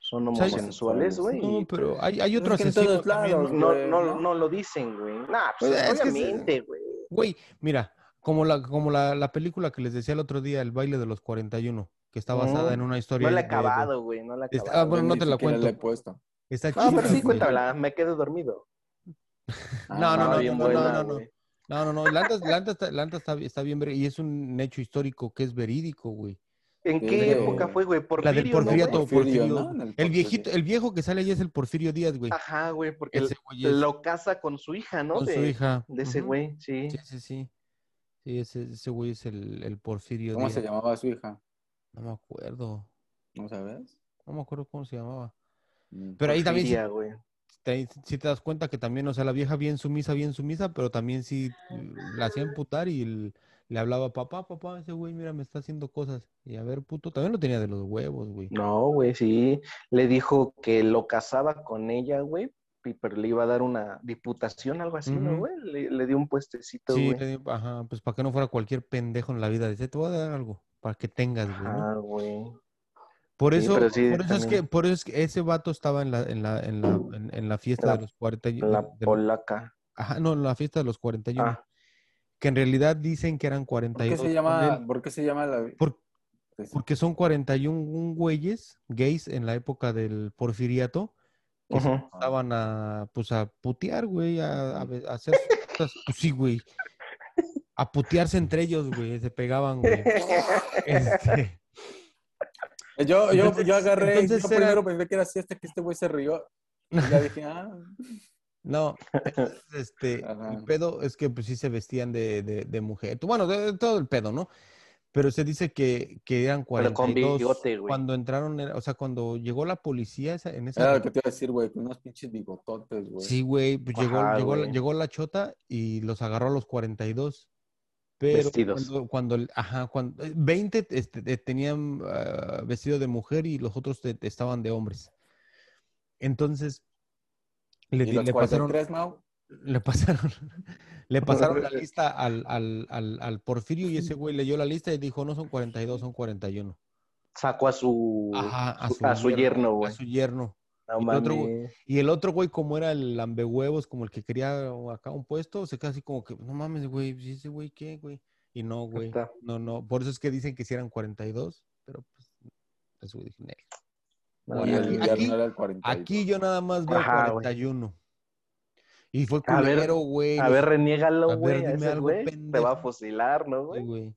C: son
B: ¿Sabes?
C: homosexuales, güey.
B: No,
C: y,
B: pero
C: pues,
B: hay, hay
A: Pues
B: otro
A: es que en
B: asesino
A: todos
B: también,
A: lados,
B: ¿no?
C: No,
A: güey,
C: no,
A: ¿no?
C: no lo dicen, güey. Nah, pues,
A: Pues, es que sí.
C: obviamente, güey.
B: Güey, mira, como la, como la, la película que les decía el otro día, El baile de los 41, que está basada
C: Ujú.
B: en una historia.
C: No la he
B: de- de-
C: acabado, güey, no la he
B: Está-
C: acabado.
B: ah, bueno,
A: Yo
B: no
A: ni
B: te la
A: siquiera
B: cuento.
A: he puesto.
B: Está
C: Ah, pero sí,
B: chida, güey.
C: cuéntamela, me quedé dormido.
B: No, no,
C: Estaba
B: no,
C: bien
B: no,
C: buena,
B: no, no.
C: güey.
B: No, no, no. Lanta, Lanta está, Lanta está, está bien ver- y es un hecho histórico que es verídico, güey.
C: ¿En
A: Sí,
C: qué
A: de-
C: época fue, güey?
B: La del
C: ¿no, güey?
B: Porfiriato,
A: Porfirio, ¿no?
B: Porfirio.
A: En el
B: El
A: Porfirio.
B: viejito, el viejo que sale ahí es el Porfirio Díaz, güey.
C: Ajá, güey, porque
B: Ese güey es
C: lo casa con su hija, ¿no?
B: con
C: de,
B: su hija.
C: de ese
B: Ujú.
C: güey, sí.
B: Sí, sí, sí. Sí, ese, ese güey es el, el Porfirio
A: ¿Cómo
B: Díaz.
A: se llamaba su hija?
B: No me acuerdo.
A: ¿No sabes?
B: No me acuerdo cómo se llamaba.
A: Mm.
B: Pero ahí también sí
C: Porfiria, güey.
B: te, sí te das cuenta que también, o sea, la vieja bien sumisa, bien sumisa, pero también sí eh, la hacía emputar y el- le hablaba, papá, papá, ese güey, mira, me está haciendo cosas. Y a ver, puto, también lo tenía de los huevos, güey.
C: No, güey, sí. Le dijo que lo casaba con ella, güey, y- pero le iba a dar una diputación, algo así, ¿no,
B: Ujú.
C: güey? Le, le dio un puestecito,
B: Sí,
C: güey.
B: le di- ajá, pues para que no fuera cualquier pendejo en la vida. Dice, te voy a dar algo para que tengas, güey. ¿no?
C: Ah, güey.
B: Por
C: sí,
B: eso,
C: pero sí,
B: por eso es que,
C: también.
B: por eso es que ese vato estaba en la, en la, en la, en, en la fiesta
C: La-
B: de los 40 y-
C: La
B: de- de-
C: polaca.
B: ajá, no, en la fiesta de los 41,
C: Ah,
B: que en realidad dicen que eran
A: ¿Por qué
B: 42
A: se
B: con
A: llama,
B: él,
A: por qué se llama la
B: por-
A: pues,
B: porque son 41 güeyes gays en la época del porfiriato que se (laughs)
C: ujú.
B: estaban a, pues a putear, güey, a, a ve- a hacer sus cosas, pues sí, güey, a putearse entre ellos, güey, se pegaban, güey.
C: (laughs)
B: Este,
A: Yo, yo,
B: Entonces-
A: yo agarré,
B: entonces
A: yo
B: era-
A: primero pensé que era así hasta que este güey se rió. Y ya dije, ah,
B: No,
C: (laughs)
B: entonces, este,
A: Ajá.
B: el pedo es que pues sí se vestían de, de, de mujer. Bueno, de, de todo el pedo, ¿no? Pero se dice que, que eran
C: Pero con
B: 42
C: bigote, güey.
B: cuando entraron, era- o sea, cuando llegó la policía esa- en esa...
C: Ah,
A: era lo que te iba a decir, güey, con unos pinches bigototes, güey.
B: Sí, güey, pues llegó,
C: Ajá,
B: llegó, la-
C: güey.
B: llegó la chota y los agarró a los 42. Pero
C: Vestidos.
B: cuando, cuando el- ajá, cuando, eh, 20 este, eh, tenían ah, vestido de mujer y los otros te- te estaban de hombres. Entonces, le,
A: y
B: di-
A: los
B: le pasaron...
A: 43, Mau.
B: le pasaron, (laughs) le pasaron la lista al, al, al, al Porfirio y ese güey leyó la lista y dijo, no son 42, son 41.
C: Sacó a su,
B: Ajá, a su,
C: a su yerno,
B: A
C: güey.
B: su yerno. y
C: No
B: el otro, güey,
C: mames.
B: Y el otro güey, como era el lambehuevos, como el que quería acá un puesto, se queda así como que, no mames, güey, ¿y ese güey qué, güey? Y no, güey,
C: Está.
B: no, no. Por eso es que dicen que si eran 42, pero pues, pues, güey, dije, "Nel".
C: No,
A: Y
B: Bueno,
A: el
B: Ah, aquí-
A: yerno era el 42.
B: Aquí yo nada más veo
C: Ajá, güey.
B: 41. Y fue
C: A ver,
B: culero, güey.
C: A
B: los
C: ver,
B: a
C: reniégalo,
B: ver,
C: güey. A
B: dime
C: ese
B: algo,
C: güey te va a
B: pendejo.
C: fusilar, ¿no,
B: Sí,
C: güey?
B: güey.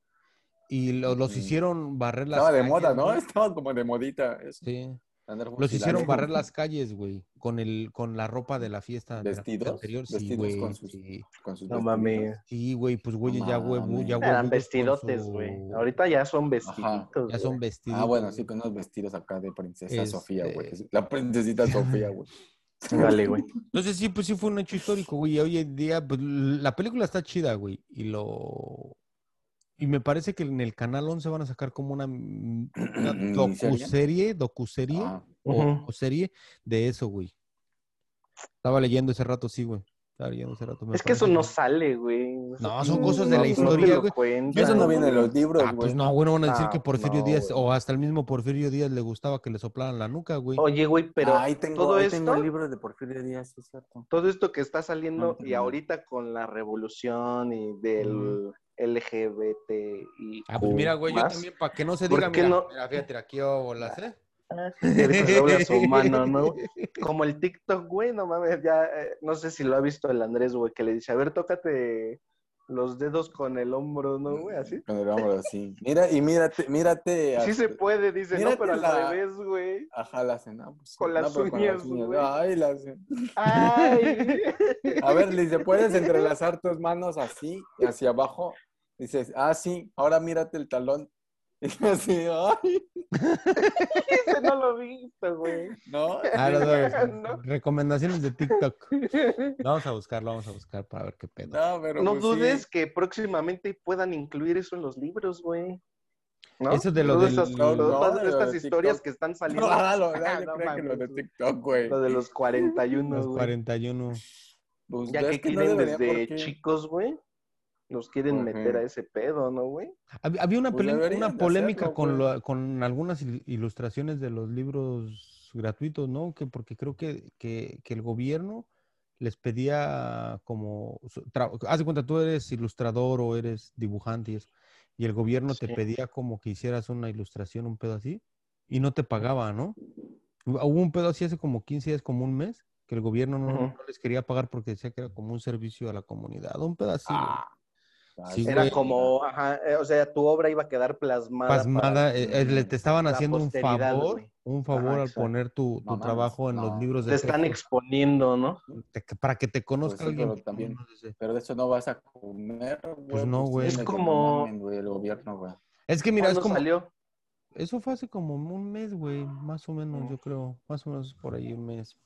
B: Y lo- los
A: Ujú.
B: hicieron barrer las
A: Mm. Estaba de
B: calles,
A: moda, ¿no? (laughs) Este
B: güey.
A: Estaba como de modita. eso,
B: Sí.
A: andar
B: Los
A: fusilando.
B: hicieron barrer las calles, güey, con el con la ropa de la fiesta de la fiesta
A: ¿Vestidos?
B: anterior, sí,
A: ¿Vestidos
B: güey.
A: con sus-
B: Sí.
A: Con sus
C: No
A: vestiditos.
C: mames.
B: Sí, güey, pues güey,
A: No
B: ya huevo,
A: mames.
B: ya huevo.
C: Eran vestidotes, güey. Ahorita ya son vestiditos.
B: ya son
C: güey.
B: vestidos.
A: Ah, bueno, sí, con unos vestidos acá de princesa
B: Este-
A: Sofía, güey. que es- La princesita (laughs) Sofía, güey. Ah,
C: Dale,
A: (laughs)
C: güey.
B: Entonces sí, pues sí fue un hecho histórico, güey. y Hoy en día, pues, la película está chida, güey. Y lo. Y me parece que en el canal 11 van a sacar como una, una
A: (clears throat) ¿Miniserie?
B: docuserie, docuserie.
A: Ah,
B: o,
C: Ujú.
B: o serie de eso, güey. Estaba leyendo ese rato, sí, güey. Estaba leyendo ese rato. me
C: Es que eso
B: parece.
C: no sale, güey. O sea,
B: No, son
C: no-
B: cosas de la
C: no te
B: historia,
C: lo
B: güey.
C: cuentan,
A: Eso no viene en los libros,
B: Ah, pues
A: güey.
B: no, güey, no van a decir
C: Ah,
B: que Porfirio
C: no,
B: Díaz,
C: güey.
B: o hasta el mismo Porfirio Díaz le gustaba que le soplaran la nuca, güey.
C: Oye, güey, pero
A: ahí tengo,
C: todo
A: ahí
C: esto,
A: tengo el libro de Porfirio Díaz, sí, es cierto.
C: todo esto que está
A: No
C: saliendo y
A: entendí.
C: ahorita con la revolución y del
B: Ujú.
C: LGBT y
B: Ah, pues mira, güey, yo
C: más,
B: también, para que no se
C: ¿Por
B: diga,
C: qué
B: mira,
C: no?
B: mira, fíjate, aquí bolas,
C: (laughs)
B: ¿eh?
C: de veces
B: (laughs)
C: dobla su mano, ¿no? Como el TikTok, güey, no mames, ya, eh, no sé si lo ha visto el Andrés, güey, que le dice, a ver, tócate los dedos con el hombro, ¿no, güey? Así.
A: Con el hombro así. Mira, y mírate, mírate.
C: Sí
A: a-
C: se puede, dice, no,
A: Mírate
C: pero al
A: la-
C: revés,
A: (laughs)
C: güey.
A: Ajá, la cena. pues,
C: Con las
A: pero
C: uñas, güey.
A: Ay, la cena.
C: Ay.
A: A ver, le dice, ¿puedes entrelazar tus manos así, hacia abajo? Dices, ah, sí, ahora mírate el talón. (laughs) Y así, ay,
C: Ese (laughs) no lo he visto, güey.
A: no.
B: Ah, no, no,
C: No.
B: Recomendaciones de TikTok. Lo vamos a buscar, lo vamos a buscar para ver qué pedo.
A: No, pero
C: No
A: pues,
C: dudes
A: sí.
C: que próximamente puedan incluir eso en los libros, güey. ¿No?
B: Eso de lo
C: No
B: del-
C: estas,
B: no,
C: no,
B: no,
C: todas
A: de lo
C: estas
A: de
C: historias
A: TikTok.
C: que están
A: No,
C: saliendo.
B: ah,
A: no, no, yo
C: Ah, No
A: creo que lo de
C: mames.
A: TikTok, güey.
C: Lo de los 41,
B: Los
C: güey.
B: 41.
A: Pues,
C: Ya
A: es
C: que
A: no
C: quieren
A: debería,
C: desde
A: porque-
C: chicos, güey. Los quieren
A: Ujú.
C: meter a ese pedo, ¿no, güey?
B: Hab- Había una,
A: Pues
B: pele-
A: deberían
B: una
A: de
B: polémica
A: hacerlo, pues.
B: con,
A: güey.
B: la- con algunas il- ilustraciones de los libros gratuitos, ¿no? Que porque creo que, que- que el gobierno les pedía como... su- tra- Haz de cuenta, tú eres ilustrador o eres dibujante y eso, y el gobierno te
C: Sí.
B: pedía como que hicieras una ilustración, un pedo así, y no te pagaba, ¿no? Hubo hubo un pedo así hace como 15 días, como un mes, que el gobierno no,
C: Ujú.
B: no les quería pagar porque decía que era como un servicio a la comunidad, un pedo así. güey.
A: Ah,
B: Sí,
A: ay,
C: Era
B: Pues, güey.
C: como, ajá, eh, o sea, tu obra iba a quedar plasmada. para-
B: pasmada, eh, eh, le- te estaban
C: la
B: haciendo un
C: posteridad,
B: favor,
C: güey.
B: un favor al
C: exacto.
B: poner tu, tu
A: No mames,
B: trabajo en los
A: no.
B: libros de
C: Te están Pues
B: texto,
C: exponiendo, ¿no?
B: te- que- para que te conozca
A: sí,
B: alguien.
A: pero
B: que
A: también-
B: no conoces.
A: Pero de eso no vas a comer, güey.
B: Pues no, güey.
A: tiene
C: Es
A: que- no
C: como-
A: mamen, güey, el gobierno, güey.
B: Es que mira, es
C: ¿Cuándo
B: como
C: salió?
B: eso fue hace como un mes, güey, más o menos,
C: Mm.
B: yo creo, más o menos por ahí un mes.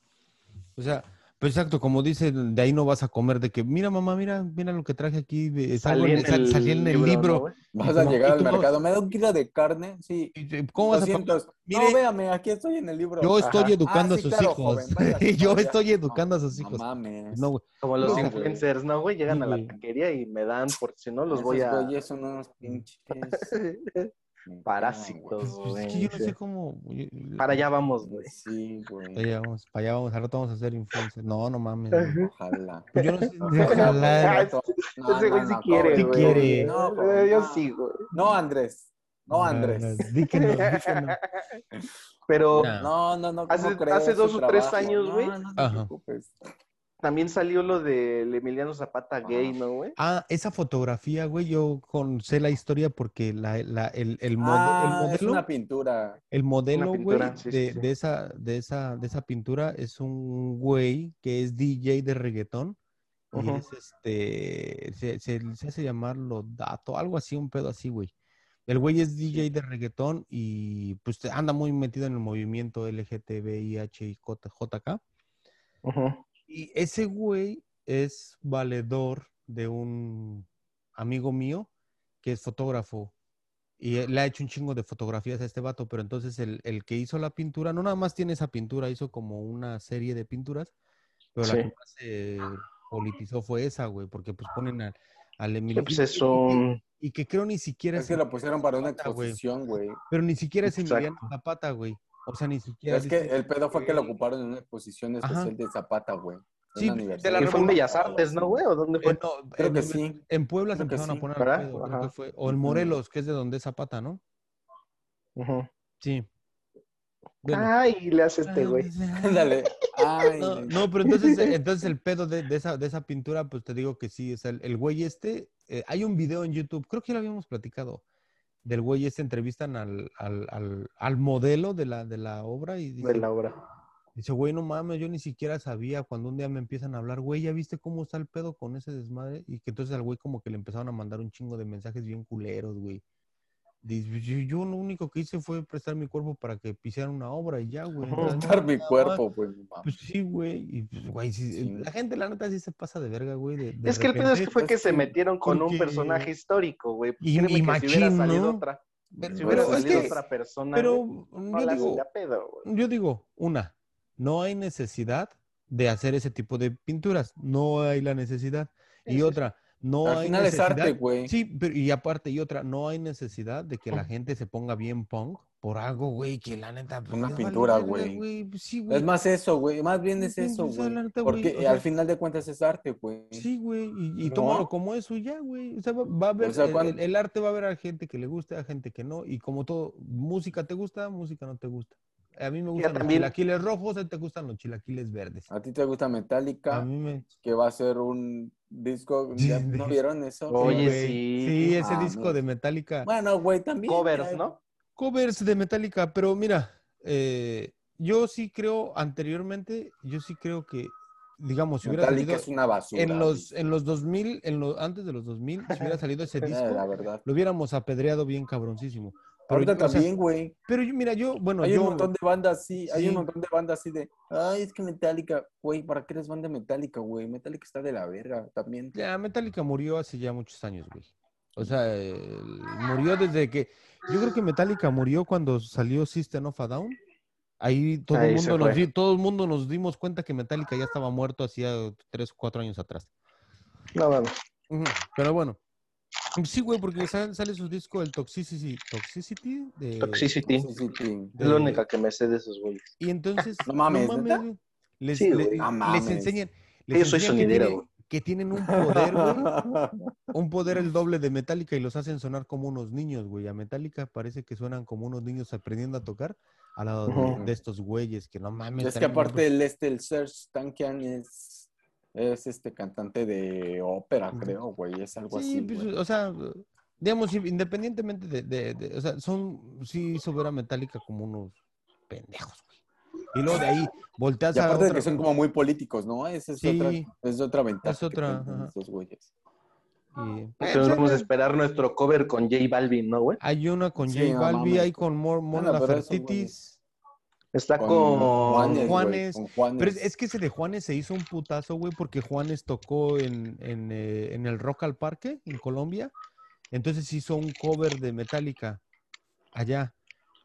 B: O sea, pues exacto, como dice, de ahí no vas a comer de que, mira mamá, mira, mira lo que traje aquí, de- es algo en- sal- salí en el
C: ¿no,
B: libro.
C: güey?
B: Y
A: Vas
B: tu
A: a
B: ma-
A: llegar
B: y
A: al
B: tu ma-
A: mercado. ¿Me da un kilo de carne? Sí.
B: Y- y- ¿Cómo vas a pa-
A: 200.
B: Mire-
A: no, véame, aquí estoy en el libro.
B: Yo estoy
C: Ajá.
B: educando
A: Ah, sí,
B: a sus
A: claro,
B: hijos.
A: joven, váyase
B: (laughs) Yo
A: para allá.
B: estoy
A: No,
B: educando a sus hijos.
A: No mames.
B: No, güey.
C: Como los
A: No, güey.
C: influencers, ¿no, güey? Llegan
B: Sí,
C: a la
B: güey.
C: taquería y me dan, porque si no los
A: Esos
C: voy a...
A: güeyes son unos
C: (laughs)
A: pinches. me
C: Parásitos.
B: Pues, pues, es que
C: güey,
B: yo no
C: sí.
B: sé cómo. yo-
C: Para allá vamos,
A: cagan, güey.
C: güey.
A: Sí,
B: Para
A: güey.
B: allá vamos, para allá vamos, al rato vamos a hacer influencers. No,
A: (laughs)
B: no mames. güey.
A: Ojalá.
B: Pues yo no sé.
C: (laughs) Ah,
B: Ojalá.
C: es- Ese güey sí
B: sí
C: quiere,
A: cabrón.
C: güey.
B: quiere.
A: No,
C: Eh,
A: cabrón,
C: Yo
A: no.
C: sí, güey.
A: No, Andrés. No, Andrés.
B: Di que no,
A: (laughs)
B: di que no.
C: Pero
B: Nah.
A: No, no, no.
C: Hace-
A: no creo,
C: hace
A: es
C: dos
A: su
C: o tres
A: trabajo.
C: años,
A: No,
C: güey.
A: No, te
B: Ajá.
A: preocupes.
C: también salió lo del Emiliano Zapata gay, ¿no, güey?
B: Ah, esa fotografía, güey, yo con, sé la historia porque la, la- el, el, mode- el
A: Ah, es
B: modelo,
A: una pintura.
B: el modelo, güey,
C: pintura, sí, sí,
B: de,
C: sí.
B: de esa, de, esa, de esa pintura es un güey que es DJ de reggaetón. Y
C: Ujú.
B: es este, se, se- se hace llamarlo dato, algo así, un pedo así, güey. El güey es DJ de reggaetón y pues te- anda muy metido en el movimiento LGTBIH y JK.
C: Ujú.
B: Y ese güey es valedor de un amigo mío que es fotógrafo. Y eh, le ha hecho un chingo de fotografías a este vato, pero entonces el, el que hizo la pintura, no nada más tiene esa pintura, hizo como una serie de pinturas, pero la
C: Sí.
B: que más se politizó fue esa, güey, porque pues ponen al, al
C: Sí,
B: Emilio.
C: pues
B: y-
C: es un...
B: Y que creo ni siquiera
A: Es que lo pusieron para una
B: Zapata, güey.
A: exposición, güey.
B: Pero ni siquiera es
C: Exacto.
B: Emiliano Zapata, güey. O sea, ni siquiera.
A: Es que
B: dice-
A: el pedo fue que lo ocuparon en una exposición
B: Ajá.
A: especial de Zapata, güey.
B: Sí,
A: En una
B: de la
A: universidad.
B: la
C: Y fue en Bellas Artes, ¿no, güey? ¿O dónde
B: Eh,
C: fue?
B: no,
A: Creo
B: en-
A: que
B: en-
A: sí.
B: En Puebla se
A: Creo que
B: empezaron
A: sí,
B: a poner
C: ¿verdad?
B: al pedo, creo
C: Ajá.
B: que fue. O en
A: Ujú.
B: Morelos, que es de donde es Zapata, ¿no?
C: Ujú.
B: Sí. Bueno.
C: Ay, le hace Ah, este güey.
A: (laughs) Ándale. Ay,
B: No,
A: güey.
B: no, pero entonces, eh, entonces el pedo de, de esa, de esa pintura, pues te digo que sí, o sea, el, el güey este, eh, hay un video en YouTube, creo que ya lo habíamos platicado, del güey este entrevistan al, al, al, al modelo de la, de la obra y dice,
C: De la obra.
B: Dice, güey, no mames, yo ni siquiera sabía cuando un día me empiezan a hablar, güey, ¿ya viste cómo está el pedo con ese desmadre? Y que entonces al güey como que le empezaron a mandar un chingo de mensajes bien culeros, güey. Dice, "Pues yo, yo lo único que hice fue prestar mi cuerpo para que pisaran una obra y ya, güey.
C: Ujú.
B: Nada-
A: Cortar mi
B: nada más.
A: cuerpo, güey. no mames.
B: Pues sí, güey. Y pues, güey, sí,
A: Sí.
B: la gente, la neta, sí se pasa de verga, güey. de- de
C: Es que el pedo es que
B: repente. pues,
C: fue que
A: es
C: se
A: que-
C: metieron con un
B: porque-
C: personaje histórico, güey. Pues,
B: Y-
C: Créeme
B: y
C: que si hubiera
B: machín,
C: salido
B: ¿no?
C: otra,
B: Pero-
C: si
A: No,
C: hubiera
B: pero es
C: salido
B: que-
C: otra persona,
B: Pero mm,
C: güey, no
B: yo
C: la
B: digo,
C: hacía pedo, güey.
B: Yo digo, una, no hay necesidad de hacer ese tipo de pinturas, no hay la necesidad.
C: Sí,
B: Y
C: sí,
B: otra, no
A: Al
B: hay
A: final es
B: necesidad.
A: arte, güey.
B: Sí, pero y aparte, y otra, no hay necesidad de que la
C: Ujú.
B: gente se ponga bien punk por algo, güey, que la neta. pues,
A: Una
B: ya vale
A: pintura,
B: verga,
A: güey.
B: pues, Sí, güey.
A: Es más eso, güey. Más bien es
B: Sí, sí,
A: eso,
B: o sea,
A: güey.
B: la neta, güey,
A: Porque
B: o sea-
A: al final de cuentas es arte, güey.
B: Sí, güey, y, y
A: No.
B: tómalo como eso y ya, güey. O sea, va, va a haber,
A: O sea,
B: el-
A: cuando-
B: el, el arte va a haber a gente que le gusta, a gente que no, y como todo, música te gusta, música no te gusta. A mí me gustan los
C: también-
B: chilaquiles rojos, a ti te gustan los chilaquiles verdes.
A: A ti te gusta
B: A
A: Metallica,
B: mí me...
A: que va a ser un disco.
B: Sí, (laughs)
A: ¿Ya
B: de-
A: ¿No vieron eso?
B: Sí,
C: Oye,
B: güey.
C: sí,
B: Sí,
C: no
B: ese disco
A: mames.
B: de Metallica.
A: Bueno, güey, también.
C: Covers,
A: ya-
C: ¿no?
B: Covers de Metallica, pero mira, eh, yo sí creo, anteriormente, yo sí creo que, digamos, si hubiera
A: Metallica
B: salido
A: es una basura.
B: en los,
A: güey.
B: en los 2000, en los antes de los 2000, si hubiera salido ese
A: (laughs) Eh,
B: disco,
A: la verdad.
B: lo hubiéramos apedreado bien cabroncísimo.
A: Pero
B: yo- o sea,
A: también, güey.
B: pero yo, mira, yo, bueno,
A: hay
B: yo.
A: un montón de bandas así, hay
B: Sí.
A: un montón de bandas así de, ay, es que Metallica, güey, ¿para qué eres banda Metallica, güey? Metallica está de la verga también.
B: Ya, Metallica murió hace ya muchos años, güey. O sea, el- murió desde que. Yo creo que Metallica murió cuando salió System of a Down. Ahí todo,
C: Ahí
B: el
C: se
B: mundo nos
C: fue.
B: di- todo el mundo nos dimos cuenta que Metallica ya estaba muerto hacía tres, cuatro años atrás.
C: No mames.
B: Ujú, Pero bueno. Sí, güey, porque sal- sale su disco el Toxicity. Toxicity de.
C: Toxicity.
A: Sí, sí, sí.
C: Es la única que me sé de esos güeyes.
B: Y
C: (laughs)
B: entonces.
A: No mames, ¿neta?
B: güey. Les,
C: Sí,
B: le-
C: güey.
A: No
B: les
A: mames.
B: enseñan.
C: Yo
B: Les
C: soy
B: enseñan que,
C: sonidero,
B: tienen-
C: güey.
B: que tienen un poder, güey.
C: (laughs)
B: un poder
A: (laughs)
B: el doble de Metallica y los hacen sonar como unos niños, güey. A Metallica parece que suenan como unos niños aprendiendo a tocar a lado de,
C: Ujú.
B: de estos güeyes que no mames.
A: es que
B: traen unos-
A: aparte el este, el Serge Tankian es, es este cantante de ópera,
B: Ujú.
A: creo, güey. Es algo
B: Sí,
A: así.
B: pues,
A: güey.
B: o sea, digamos, independientemente de, de- de- O sea, son... Sí hizo ver a Metallica como unos pendejos, güey. Y luego de ahí volteas
A: Y
B: a
A: aparte de
B: otra-
A: que son como muy políticos, ¿no? Esa es,
B: Sí.
A: otra, es otra ventaja.
B: Es otra,
A: que tienen
B: ajá.
A: esos güeyes.
B: y-
C: Entonces vamos a esperar nuestro cover con J Balvin, ¿no, güey?
B: Hay una con
A: Sí,
B: J
A: no
B: Balbi,
A: mames.
B: hay con Mon Mon
A: Bueno, pero esos
B: Lafertitis.
C: Está con...
A: Juanes, güey,
B: Juanes,
A: con Juanes.
B: Pero es, es que ese de Juanes se hizo un putazo, güey, porque Juanes tocó en, en, eh, en el Rock al Parque, en Colombia. Entonces hizo un cover de Metallica allá.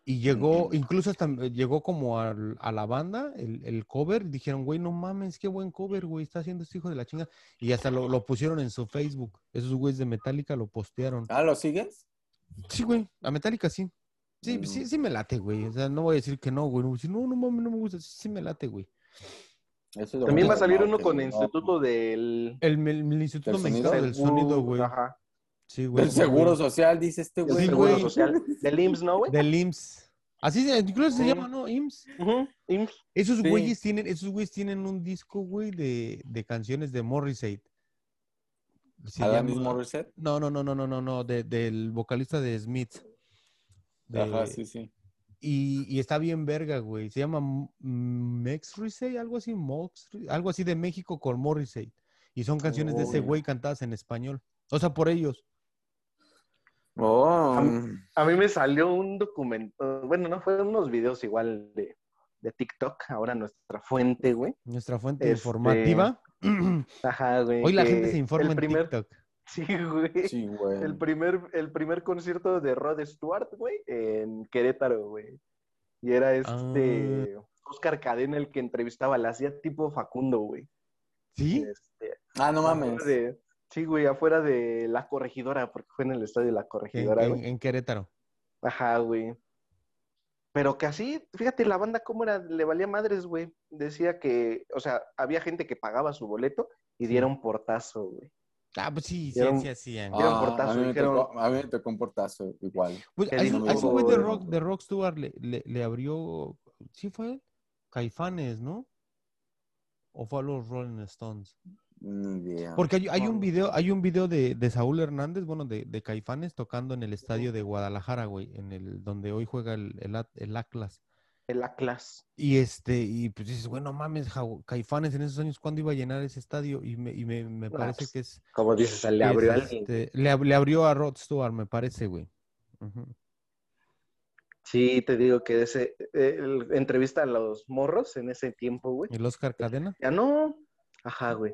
B: Y llegó,
A: Ujú.
B: incluso hasta eh, llegó como al- a, la banda, el, el cover. y Dijeron, güey, no mames, qué buen cover, güey, está haciendo este hijo de la chinga. Y hasta lo, lo pusieron en su Facebook. Esos güeyes de Metallica lo postearon.
A: Ah, ¿lo sigues?
B: Sí, güey, a Metallica sí. Sí,
A: Mm.
B: sí, sí me late, güey. O sea, no voy a decir que no, güey. No, voy a decir, no, no mames, no me gusta. Sí, sí me late, güey.
A: Eso es lo
C: También
A: que
C: va a salir
A: no,
C: uno
A: que
C: con
A: no.
C: el Instituto del...
B: El, el- el Instituto
A: ¿Del
B: Mexicano
A: sonido?
B: del Sonido, güey.
C: Uh, Ajá.
B: Sí, güey.
A: Del
B: sí,
A: Seguro
B: güey.
A: Social, dice este
C: Del
A: güey.
B: Sí,
C: Seguro
B: güey.
C: Social. Del IMSS, ¿no, güey?
B: Del IMSS. Así se, incluso se
C: Ujú.
B: llama, ¿no? IMSS.
C: Ujú, IMSS.
B: Esos
A: Sí.
B: güeyes tienen, esos güeyes tienen un disco, güey, de, de canciones de Morrissey. Se
A: Alanis
B: llama-
A: Morissette.
B: No, no, no, no, no, no, no. de- del vocalista de Smith. De-
A: Ajá, sí, sí.
B: y, y está bien verga, güey. Se llama M- Mexrisey, algo así, Mox, algo así de México con Morrissey. Y son canciones de ese
A: Oh.
B: güey cantadas en español. O sea, por ellos.
A: Oh,
C: Am- A mí me salió un documento, bueno, no, fueron unos videos igual de, de TikTok, ahora nuestra fuente, güey.
B: Nuestra fuente
C: Este,
B: informativa. (clears throat)
C: Ajá, güey.
B: Hoy la
C: que
B: gente se informa
C: el
B: en
C: primer,
B: TikTok.
C: (laughs) Sí, güey.
A: sí, güey.
C: El primer, el primer concierto de Rod Stewart, güey, en Querétaro, güey. Y era este Oscar Cadena el que entrevistaba, la hacía tipo Facundo, güey.
B: ¿Sí?
C: Este,
A: Ah, no mames.
C: afuera de- sí, güey, afuera de la corregidora, porque fue en el estadio de la
B: En,
C: corregidora,
B: en-
C: güey.
B: en Querétaro.
C: Ajá, güey. Pero que así, fíjate, la banda cómo era, le valía madres, güey. Decía que, o sea, había gente que pagaba su boleto y diera un portazo, güey.
B: Ah, pues sí, sí,
C: Era un-
B: sí, hacían.
C: Dieron
A: Ah,
C: portazo,
A: a, mí me
C: dijeron-
A: tocó, a mí me tocó un portazo igual.
B: Pues,
C: que
B: a ese-
A: dijo-
B: a ese güey de
A: dijo-
B: rock, de rock Stewart le, le- le abrió, ¿sí fue él? Caifanes, ¿no? ¿O fue a los Rolling Stones?
A: Ni idea.
B: Porque hay, hay un
C: Wow.
B: video, hay un video de, de Saúl Hernández, bueno, de, de Caifanes tocando en el estadio de Guadalajara, güey, en el donde hoy juega el, el, At- el Atlas.
C: El Atlas.
B: Y este, y pues dices, bueno, mames, Jau- Caifanes en esos años, ¿cuándo iba a llenar ese estadio? Y me, y me, me
C: No,
B: parece
C: pues,
B: que es
C: Como dices,
B: que
C: le
B: es,
C: abrió alguien.
B: este, le, ab- le abrió a Rod Stewart, me parece, güey. Ujú.
C: Sí, te digo que ese eh, el- entrevista a los morros en ese tiempo, güey.
B: El Oscar Cadena.
C: Ya no. Ajá, güey.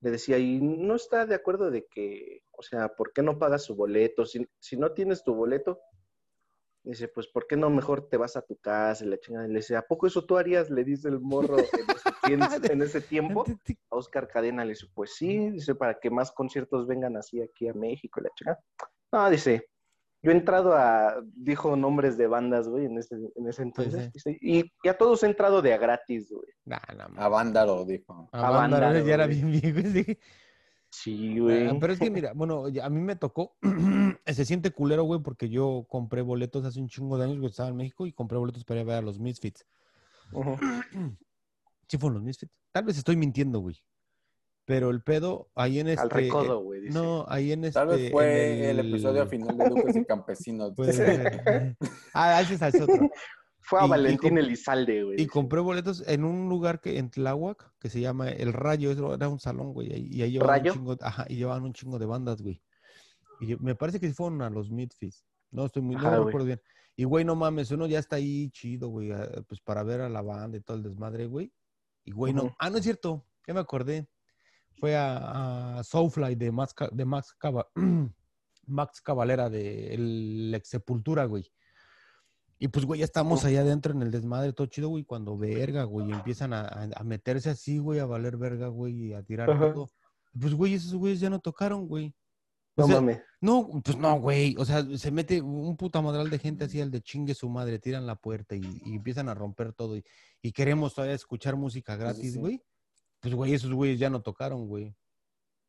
C: Le decía, y no está de acuerdo de que, o sea, ¿por qué no pagas su boleto? Si, si no tienes tu boleto, dice, pues, ¿por qué no mejor te vas a tu casa? Y la chingada. Y le dice, ¿a poco eso tú harías? Le dice el morro en ese, tien- en ese tiempo. A Oscar Cadena le dice, pues sí, dice, para que más conciertos vengan así aquí a México, y la chingada. No, dice, yo he entrado a, dijo nombres de bandas, güey, en ese, en ese entonces.
B: sí.
C: dice, y, y a todos he entrado de a gratis, güey.
B: Nah, no, mames.
A: A vándalo, dijo.
B: A banda, (laughs)
C: Avándaro,
B: ya era
C: güey.
B: bien viejo. sí.
C: Sí, güey.
B: Ah, Pero es que mira, bueno, ya- a mí me tocó, (clears throat) se siente culero, güey, porque yo compré boletos hace un chingo de años, güey, estaba en México y compré boletos para ir a ver a los Misfits.
C: Ujú.
B: (clears throat) Sí fueron los Misfits. Tal vez estoy mintiendo, güey. Pero el pedo ahí en este...
C: Al recodo, güey, dice.
B: No, ahí en este...
A: Tal vez fue
B: en
A: el... episodio final de Lucas y
B: (laughs)
A: Campesinos. (laughs)
B: Puede ser. Ah, ese es otro.
C: Fue a
B: y- y
C: Valentín
B: com-
C: Elizalde, güey.
B: Y
C: dice.
B: compré boletos en un lugar que en Tláhuac, que se llama El Rayo, eso era un salón, güey, ahí- y ahí llevaban
C: ¿Rayo?
B: un chingo, ajá, y llevaban un chingo de bandas, güey. Y yo- me parece que sí fueron a los Midfits. No estoy muy, no
C: Ajá,
B: me
C: güey.
B: acuerdo bien. Y güey, no mames, uno ya está ahí chido, güey, ah, pues para ver a la banda y todo el desmadre, güey. Y güey, no.
C: Ujú.
B: Ah, no es cierto, ya me acordé. Fue a, a Soulfly de Max, Ca- de Max, Cava- (clears throat) Max Cavalera de el ex Sepultura, güey. Y pues, güey, ya estamos allá adentro en el desmadre, todo chido, güey, cuando verga, güey, empiezan a, a- a meterse así, güey, a valer verga, güey, y a tirar
C: Ajá.
B: todo. Pues, güey, esos güeyes ya no tocaron, güey. O
C: No
B: sea,
C: mames.
B: no, pues no, güey. O sea, se mete un puta madral de gente así al de chingue su madre, tiran la puerta y, y empiezan a romper todo. Y, y queremos todavía escuchar música
A: sí,
B: gratis,
A: sí.
B: güey. Pues, güey, esos güeyes ya no tocaron, güey.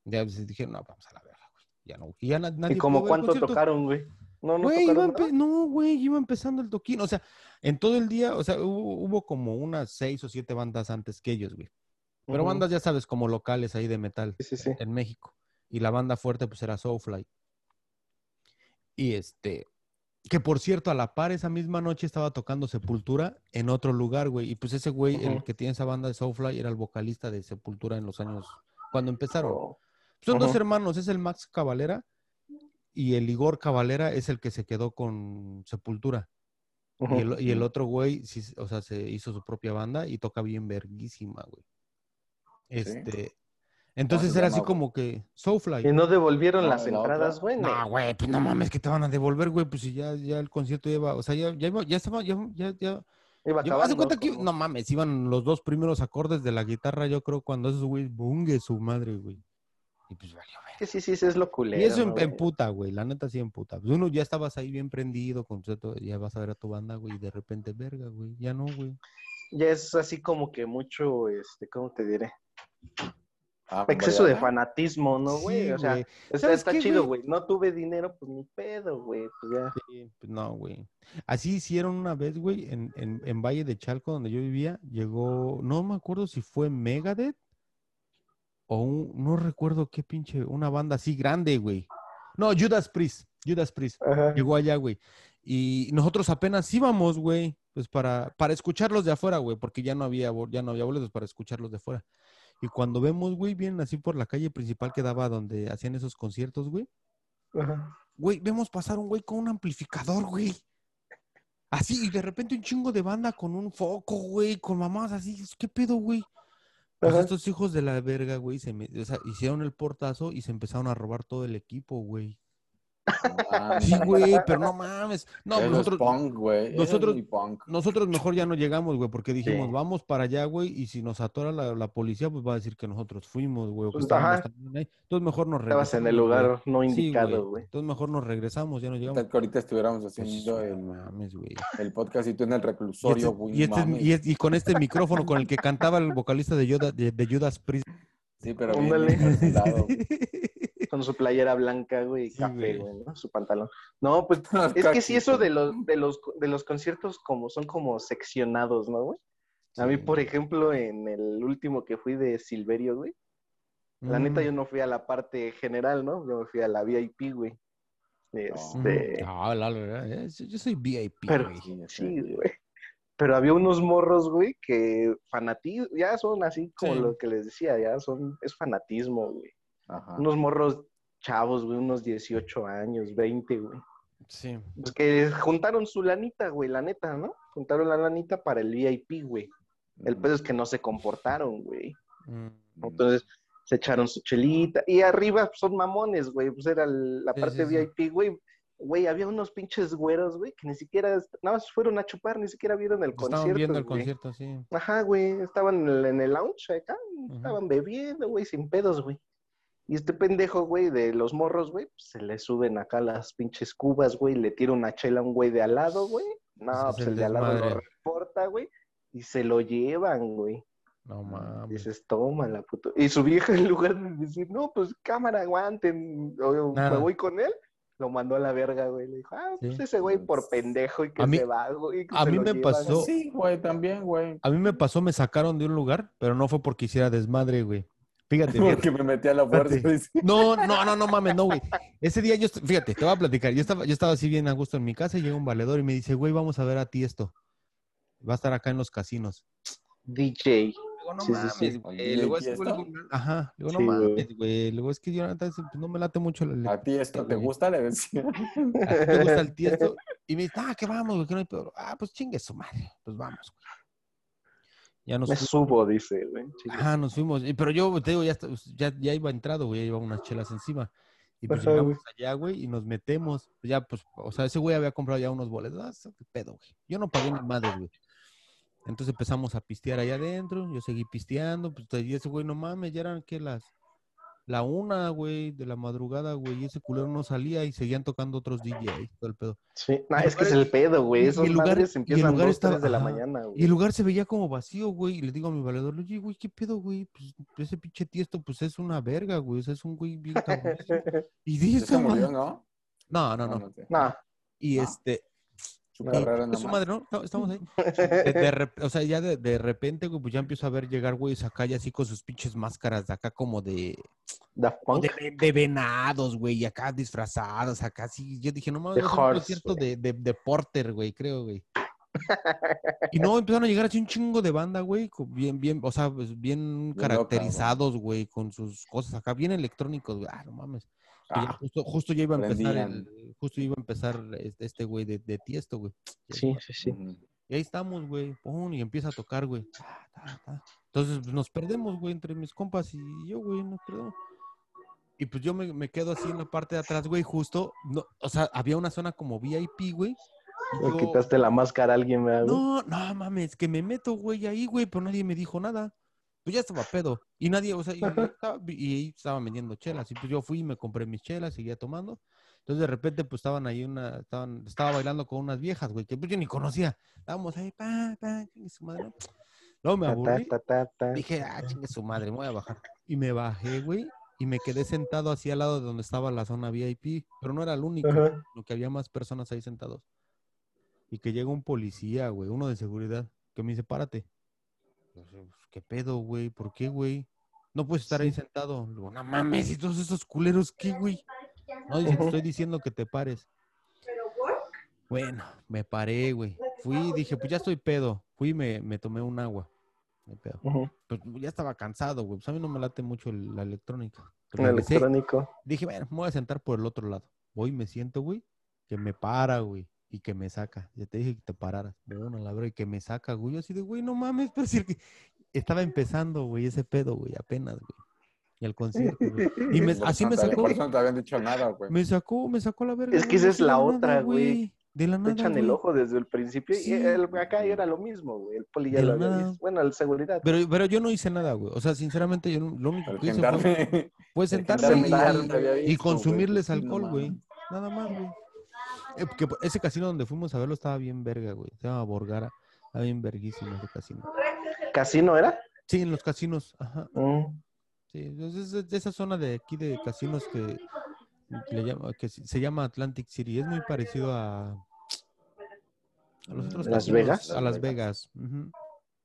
B: Ya se dijeron, no, vamos a la verga, güey. Ya no, güey. Y ya na- nadie
C: ¿Y como
B: pudo ver el
C: cuánto
B: concierto.
C: tocaron, güey? No, no
B: Güey, iba
C: tocaron.
B: empe- no, güey, iba empezando el toquín. O sea, en todo el día, o sea, hubo, hubo como unas seis o siete bandas antes que ellos, güey. Pero
C: Ujú.
B: bandas, ya sabes, como locales ahí de metal
C: Sí, sí, sí.
B: en México. Y la banda fuerte, pues era Soulfly. Y este, que por cierto, a la par esa misma noche estaba tocando Sepultura en otro lugar, güey. Y pues ese güey, el
C: Ujú.
B: que tiene esa banda de Soulfly, era el vocalista de Sepultura en los años, cuando empezaron.
C: Oh,
B: Son dos
C: Ujú.
B: hermanos, es el Max Cavalera y el Igor Cavalera es el que se quedó con Sepultura.
C: Oh,
B: Y
C: ujú. (laughs)
B: el, y el otro güey, sí, o sea, se hizo su propia banda y toca bien verguísima, güey. Este, entonces
A: se
B: era
A: llama,
B: así
A: güey?
B: como que Soulfly.
C: Y no devolvieron
A: No,
C: las
A: la otra.
C: entradas, güey.
B: No, güey, pues no mames que te van a devolver, güey, pues si ya, ya el concierto lleva, o sea, ya, ya, iba- ya estaba, ya, ya, ya,
C: Iba
B: ya- haz de
C: acabando,
B: cuenta que,
C: como-
B: no mames, iban los dos primeros acordes de la guitarra, yo creo, cuando esos güey, bungue su madre, güey. Y pues valió ver.
C: Que sí, sí, sí, es lo culero.
B: Y eso en,
C: ¿no, güey?
B: en puta, güey, la neta sí en puta. Pues uno ya estabas ahí bien prendido, con, todo, ya vas a ver a tu banda, güey, y de repente, verga, güey, ya no, güey.
C: Ya es así como que mucho, este, ¿cómo te diré?
A: Ah,
C: Exceso de
A: ¿verdad?
C: fanatismo, ¿no, güey?
B: Sí,
C: o sea, está,
B: ¿Sabes
C: está
B: qué,
C: chido, güey. No tuve dinero, pues ni pedo, güey. Pues ya.
B: Sí, pues no, güey. Así hicieron una vez, güey, en, en- en Valle de Chalco, donde yo vivía, llegó, no me acuerdo si fue Megadeth o un- no recuerdo qué pinche, una banda así grande, güey. No, Judas Priest, Judas Priest.
C: Ajá.
B: Llegó allá, güey. Y nosotros apenas íbamos, güey, pues para, para escucharlos de afuera, güey, porque ya no había, bo- ya no había boletos para escucharlos de afuera. Y cuando vemos, güey, vienen así por la calle principal que daba donde hacían esos conciertos, güey.
C: Ajá.
B: Güey, vemos pasar un güey con un amplificador, güey. Así, y de repente un chingo de banda con un foco, güey, con mamás así. dices, ¿Qué pedo, güey? Pues
C: Ajá.
B: estos hijos de la verga, güey, se me- o sea, hicieron el portazo y se empezaron a robar todo el equipo, güey.
A: (laughs) Ah,
B: Sí,
C: (laughs)
B: güey, pero no mames. No,
A: Eso es
B: nosotros,
A: punk, güey. Eso es
B: nosotros-
A: muy punk.
B: nosotros mejor ya no llegamos, güey, porque dijimos,
C: Sí.
B: vamos para allá, güey, y si nos atora la, la policía, pues va a decir que nosotros fuimos, güey, o que
C: Pues,
B: estábamos
C: ajá.
B: también ahí. Entonces mejor nos regresamos.
C: Estabas en el
B: güey.
C: lugar no
B: Sí,
C: indicado, güey.
B: Entonces mejor nos regresamos, ya no
A: ¿Qué
B: llegamos.
A: Tal que ahorita estuviéramos
B: Pues,
A: haciendo
B: no
A: el,
B: mames, güey.
A: el podcast y tú en el
B: Y, este-
A: reclusorio, güey.
B: y este-
A: mames.
B: y es- y con este micrófono con el que cantaba el vocalista de, Yoda- de- de Judas Priest.
A: Sí, pero bien
B: (laughs)
C: Ándale.
A: calculado.
C: (laughs) Con su playera blanca, güey, y
B: Sí,
C: café,
B: güey.
C: güey, ¿no? Su pantalón. No, pues es que sí, eso de los, de los, de los conciertos como son como seccionados, ¿no, güey? A mí,
B: Sí.
C: por ejemplo, en el último que fui de Silverio, güey, la neta
B: Mm.
C: yo no fui a la parte general, ¿no? Yo fui a la VIP, güey.
B: Ujú.
C: Este,
B: No, la verdad, eh, yo- yo soy VIP,
C: Pero-
B: güey.
A: Sí,
C: sí, güey. Pero había unos morros, güey, que fanatismo, ya son así como
B: Sí.
C: lo que les decía, ya son, es fanatismo, güey.
B: Ah.
A: Ajá.
C: Unos morros chavos, güey, unos 18 años, 20, güey.
B: Sí.
C: Pues que juntaron su lanita, güey, la neta, ¿no? Juntaron la lanita para el VIP, güey. El pedo es que no se comportaron, güey.
B: Mm.
A: Mm,
C: Entonces se echaron su chelita. Y arriba pues, son mamones, güey. Pues era el- la
B: Sí,
C: parte
B: sí, sí.
C: VIP, güey. Güey, había unos pinches güeros, güey, que ni siquiera, nada más fueron a chupar, ni siquiera vieron el
B: Pues Estaban
C: concierto.
B: viendo el
C: güey.
B: concierto, sí.
C: Ajá, güey. Estaban en el, en el lounge acá,
B: Ujú.
C: estaban bebiendo, güey, sin pedos, güey. Y este pendejo, güey, de los morros, güey, pues, se le suben acá las pinches cubas, güey, le tira una chela a un güey de al lado, güey. No,
B: Ese es el
C: pues el, de al lado lo
B: desmadre.
C: reporta, güey, y se lo llevan, güey.
B: No mames.
C: Dices, toma la puta. Y su vieja, en lugar de decir, no, pues cámara, aguanten, o- o
B: Nada.
C: me voy con él, lo mandó a la verga, güey. Le dijo, ah, pues
B: Sí.
C: ese güey por pendejo y que
B: A mí-
C: se va, güey. y que
B: a
C: se
B: mí
C: lo
B: me
C: llevan".
B: pasó-
A: Sí, güey, también, güey.
B: A mí me pasó, me sacaron de un lugar, pero no fue porque hiciera desmadre, güey. Fíjate, fíjate.
A: Porque me metí a la fuerza.
B: Espérate.
A: dice.
B: No, no, no, no mames, no, güey. Ese día yo, est- fíjate, te voy a platicar. Yo estaba, yo estaba así bien a gusto en mi casa y llega un valedor y me dice, güey, vamos a ver a ti esto. Va a estar acá en los casinos.
C: DJ.
B: Luego, no
C: Sí, sí,
B: mames,
C: sí.
B: güey.
A: Oye,
B: Luego
A: ¿y
B: es que
A: esto?
B: luego- Ajá. Luego,
C: Sí,
B: no
C: güey. Ah,
B: mames, güey. Luego es que yo la neta, pues, no me late mucho la
A: ¿A ti esto te
B: güey.
A: gusta? Le decía.
B: ¿A ti te gusta el tiesto? Y me dice, ah, que vamos, güey, que no hay pedo. Ah, pues chingue su madre. Pues vamos, güey. Ya nos
C: (laughs) Me
B: fuimos.
C: subo, dice, güey. Chingue.
B: Ajá, nos fuimos. Y- Pero yo, te digo, ya, está- pues, ya, ya iba entrado, güey, ya llevaba unas chelas encima. Y pues
C: Ajá,
B: llegamos allá, güey, y nos metemos. Pues ya, pues, o sea, ese güey había comprado ya unos boletos. Ah, eso qué pedo, güey. Yo no pagué ni madres, güey. Entonces empezamos a pistear allá adentro. Yo seguí pisteando. Pues y ese güey, no mames, ya eran que las. La una, güey, de la madrugada, güey, y ese culero no salía y seguían tocando otros DJs, todo el pedo.
C: Sí. No,
B: Y
C: es que es
B: lugares-
C: el pedo,
B: y-
C: güey.
B: y
C: Esos
B: el lugar-
C: madres
B: y el
C: empiezan
B: lugar
C: dos,
B: estaba-
C: tres de la
B: ajá.
C: mañana,
B: Y
C: güey.
B: el lugar se veía como vacío, güey. Y le digo a mi valedor, oye, güey, ¿qué pedo, güey? Pues ese pinche tiesto, pues es una verga, güey. O sea, es un güey bien cabrón. (laughs)
A: (laughs)
B: Y dije,
A: Se
B: "Esa
A: murió,
B: madre-".
A: ¿no? Ah,
B: No, no, no.
A: sé.
B: (laughs)
C: no, (laughs)
B: Y
A: No.
B: este,
A: Su
B: y
A: carrera
B: chingue
A: nada
B: su
A: más.
B: madre, ¿no? No, Estamos
A: (laughs)
B: ahí. De- de rep- o sea, ya de, de repente, güey, pues ya empiezo a ver llegar, güey, acá ya así con sus pinches máscaras de acá como de,
C: Daft
B: como
C: Punk.
B: de, ve- de venados, güey, y acá disfrazados, acá sí. Yo dije, no mames,
C: De
B: va a ser un
C: horse,
B: concierto de, de, de Porter, güey, creo, güey. Y no, empezaron a llegar así un chingo de banda, güey, con- bien, bien, o sea, pues, bien
A: loca, güey.
B: caracterizados, güey, con sus cosas acá, bien electrónicos, güey. Ah, no mames. Que ya
A: Ah,
B: justo, justo ya iba a empezar,
A: prendían.
B: el- justo iba a empezar este este güey de, de tiesto, güey.
C: Sí, sí, sí.
A: ujú.
B: Y ahí estamos, güey. Pum, y empieza a tocar, güey. Ta, ta, ta. Entonces pues, nos perdemos, güey, entre mis compas y yo, güey, nos perdemos. Y pues yo me, me quedo así en la parte de atrás, güey, justo. No, o sea, había una zona como VIP, güey. y
C: Le
B: yo-
C: quitaste la máscara a alguien, ¿verdad, güey?
B: No, no mames, que me meto, güey, ahí, güey, pero nadie me dijo nada. Pues ya estaba pedo. Y nadie, o sea, y, yo
C: (laughs)
B: estaba, y ahí estaban vendiendo chelas. Y pues yo fui y me compré mis chelas, seguía tomando. Entonces de repente, pues estaban ahí una, estaban, estaba bailando con unas viejas, güey, que pues yo ni conocía. Estábamos ahí, pa, pa, chingue su madre. Luego me
C: Ta, ta,
B: aburrí.
C: ta, ta, ta.
B: Dije, ah, chingue su madre, me voy a bajar. Y me bajé, güey, y me quedé sentado así al lado de donde estaba la zona VIP. Pero no era el único,
C: Ajá.
B: sino que había más personas ahí sentados. Y que llega un policía, güey, uno de seguridad, que me dice, párate. Yo sé, "Pues, ¿Qué pedo, güey? ¿Por qué, güey? No puedes estar ahí sentado. Le digo, no mames, ¿y todos esos culeros qué, güey? No, dice, te estoy diciendo que te pares. Bueno, me paré, güey. Fui, dije, pues ya estoy pedo. Fui y me, me tomé un agua. Me pedo
C: Ujú.
B: pues ya estaba cansado, güey. Pues a mí no me late mucho el- la electrónica.
C: Un
B: Regresé,
C: electrónico.
B: Dije, bueno, me voy a sentar por el otro lado. Voy, me siento, güey, que me para, güey, y que me saca. Ya te dije que te pararas. De una la verdad, y que me saca, güey. Yo Así de, güey, no mames, pero si el que- estaba empezando, güey, ese pedo, güey, apenas, güey. Y el concierto,
C: (laughs)
B: güey. Y me-
A: Por
B: así
A: eso
B: me
A: no te-
B: sacó,
A: Por eso no te habían dicho nada, güey.
B: me sacó, me sacó la verga.
C: Es
B: güey,
C: que esa es
B: de
C: la
B: nada,
C: otra, güey.
B: De la
C: Te
B: nada,
C: echan el
B: güey.
C: ojo desde el principio
B: Sí.
C: y el, acá era lo mismo, güey. El poli ya
B: De
C: lo
B: la
C: había
B: nada.
C: visto. Bueno, el seguridad.
B: Pero, pero yo no hice nada, güey. O sea, sinceramente, yo no- lo único
A: Al
B: que hice
A: (laughs)
B: fue,
A: gendarme.
B: fue sentarme y-
C: gendarme
B: y,
C: había
A: visto,
B: y
A: güey,
B: consumirles
A: pues sí, no
B: alcohol, güey.
A: mames.
B: Nada más, güey. Eh, que por- ese casino donde fuimos a verlo estaba bien verga, güey. Se llama Borgara. Estaba bien verguísimo ese casino.
C: ¿Casino era?
B: Sí, en los casinos. Ajá.
C: Mm.
B: Sí, entonces es de esa zona de aquí de casinos que, que le llama- que se se llama Atlantic City. Es muy parecido a, a los otros
C: ¿Las
B: casinos,
C: Vegas?
B: A Las Vegas. ujú.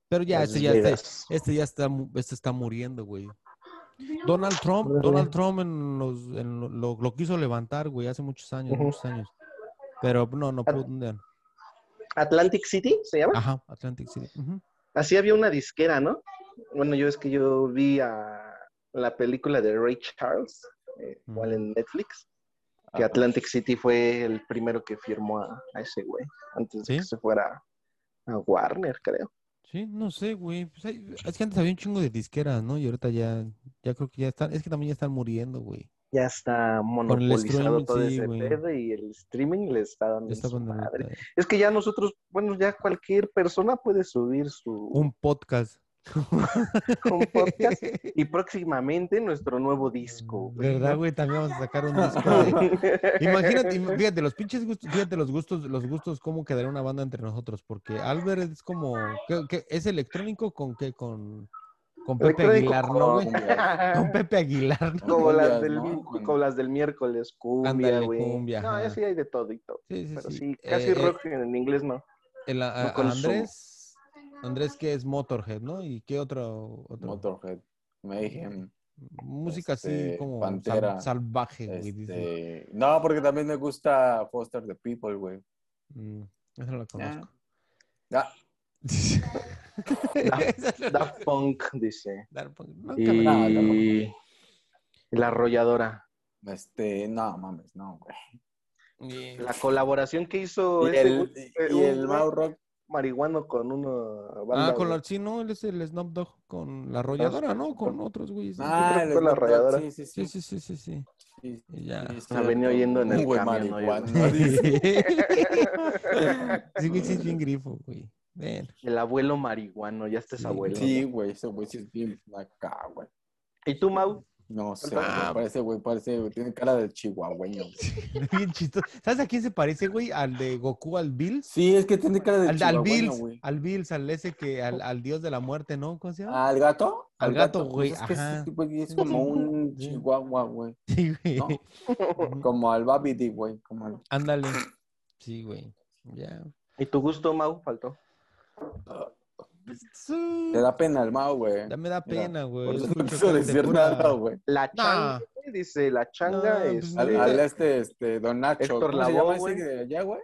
B: Pero ya,
C: Las
B: este ya, este,
C: Vegas.
B: este ya está, mu- este está muriendo, güey. Donald Trump,
C: Órale.
B: Donald Trump en los, en lo, lo- lo quiso levantar, güey, hace muchos años,
C: Ujú.
B: muchos años. Pero no, no
C: Ah.
B: pudo. no.
C: ¿Atlantic City se llama?
B: Ajá, Atlantic City. ujú.
C: Así había una disquera, ¿no? Bueno, yo es que yo vi a la película de Ray Charles, eh,
B: Mm.
C: igual en Netflix,
B: Ah.
C: que
A: (laughs)
C: Atlantic City fue el primero que firmó a, a ese güey, antes de
B: ¿Sí?
C: que se fuera a Warner, creo.
B: Sí, no sé, güey. pues hay- es que antes había un chingo de disqueras, ¿no? Y ahorita ya, ya creo que ya están, es que también ya están muriendo, güey.
C: Ya está monopolizado
B: streaming,
C: todo
B: sí,
C: ese
B: güey.
C: pedo y el streaming le está dando
B: Ya
C: en
B: está
C: su
B: cuando-
C: madre. Es que ya nosotros, bueno, ya cualquier persona puede subir su
B: Un podcast.
C: (laughs) un podcast
B: (laughs)
C: y próximamente nuestro nuevo disco. güey,
B: ¿Verdad,
C: ¿no?
B: güey? También vamos a sacar
C: (laughs)
B: un disco. de- Imagínate, im- fíjate, los pinches gustos, fíjate los gustos, los gustos, cómo quedaría una banda entre nosotros, porque Albert es como, ¿qué- qué- es electrónico con qué? Con, con Pepe
C: Electrónico
B: Aguilar, ¿no, güey?
A: Cumbias.
B: (laughs) Con Pepe Aguilar, ¿no?
C: (laughs) como, las
A: cumbias,
C: del,
A: ¿no?
C: mi- como las del miércoles, cumbia,
B: Ándale,
C: güey.
B: cumbia,
C: No,
B: ajá.
C: ya sí hay de todo y todo.
B: Sí, sí,
C: Pero
B: sí.
C: sí, casi
B: Eh,
C: rock en inglés no.
B: el- a- a-
C: consumo.
B: Andrés, Andrés que es Motorhead, ¿no? ¿Y qué otro? otro?
A: Motorhead. Mayhem.
B: Música así
A: este,
B: como sal-
A: Pantera,
B: salvaje, güey. dice.
A: Este... No, porque también me gusta Foster the People, güey.
B: (laughs) Mm, esa no la conozco.
A: Ah,
C: Daft, Daft Punk,
B: (laughs)
C: dice.
B: Dar- nunca me-
A: no, no.
C: Y la arrolladora.
A: Este, no, mames, no, güey.
B: Ni-
C: La colaboración que hizo
A: Y
C: ese
A: el,
C: güey,
A: y
C: un
A: el Mau Rock,
C: marihuano con una banda.
B: Ah, con
C: güey.
B: la, sí, no, él es el Snoop Dogg con la arrolladora, ¿no? Con otros güeyes.
A: Ah,
C: creo
A: el
C: que fue la
A: Snoop Dogg,
C: rayadora.
A: Sí, sí, sí.
B: Sí, sí, sí, sí, sí.
A: sí,
B: Y ya.
A: sí,
C: La venía
A: cierto.
C: oyendo en
A: Un
C: el
A: güey
C: camión, ¿no?
A: marihuana, (laughs) dice.
B: Sí, güey, sí es bien grifo, güey. (laughs) Ven.
C: El abuelo marihuano, ya este es
B: Sí,
C: abuelo.
A: Sí, güey, ese güey sí es bien acá, güey.
C: ¿Y tú, Mau?
A: No sé,
B: Ah.
A: güey, parece, güey, parece, güey, tiene cara de chihuahueño. güey.
B: Bien chistoso. ¿Sabes a quién se parece, güey? Al de Goku, al Bills.
A: Sí, es que tiene cara de
B: Al, al
A: chihuahueño,
B: Bills,
A: güey.
B: al Bills, al ese que, al, al dios de la muerte, ¿no? ¿Cómo se llama?
A: ¿Al gato?
B: Al gato, güey,
A: pues Es que ese
B: ajá.
A: tipo es como un
B: Sí.
A: chihuahua, güey.
B: Sí, güey.
A: Ah, No.
B: Ujú.
A: Como al Babidi, güey. Como al...
B: Ándale. Sí, güey. Ya.
C: ¿Y tu gusto, Mau? Faltó.
B: Sí.
A: Te da pena el Mao, güey.
B: Ya me da
A: Mira,
B: pena, güey.
A: Por eso
B: Es
A: no
B: mucho
A: quiso
B: que te
A: decir
B: pura-
A: nada, güey.
C: La changa,
B: Nah.
C: güey, dice, la changa
B: No,
C: es...
B: pues,
A: Al,
B: no.
A: al este, este, Don Nacho.
C: Héctor
A: ¿Cómo se
C: Lavoe,
A: llama ese
C: güey.
A: de allá, güey?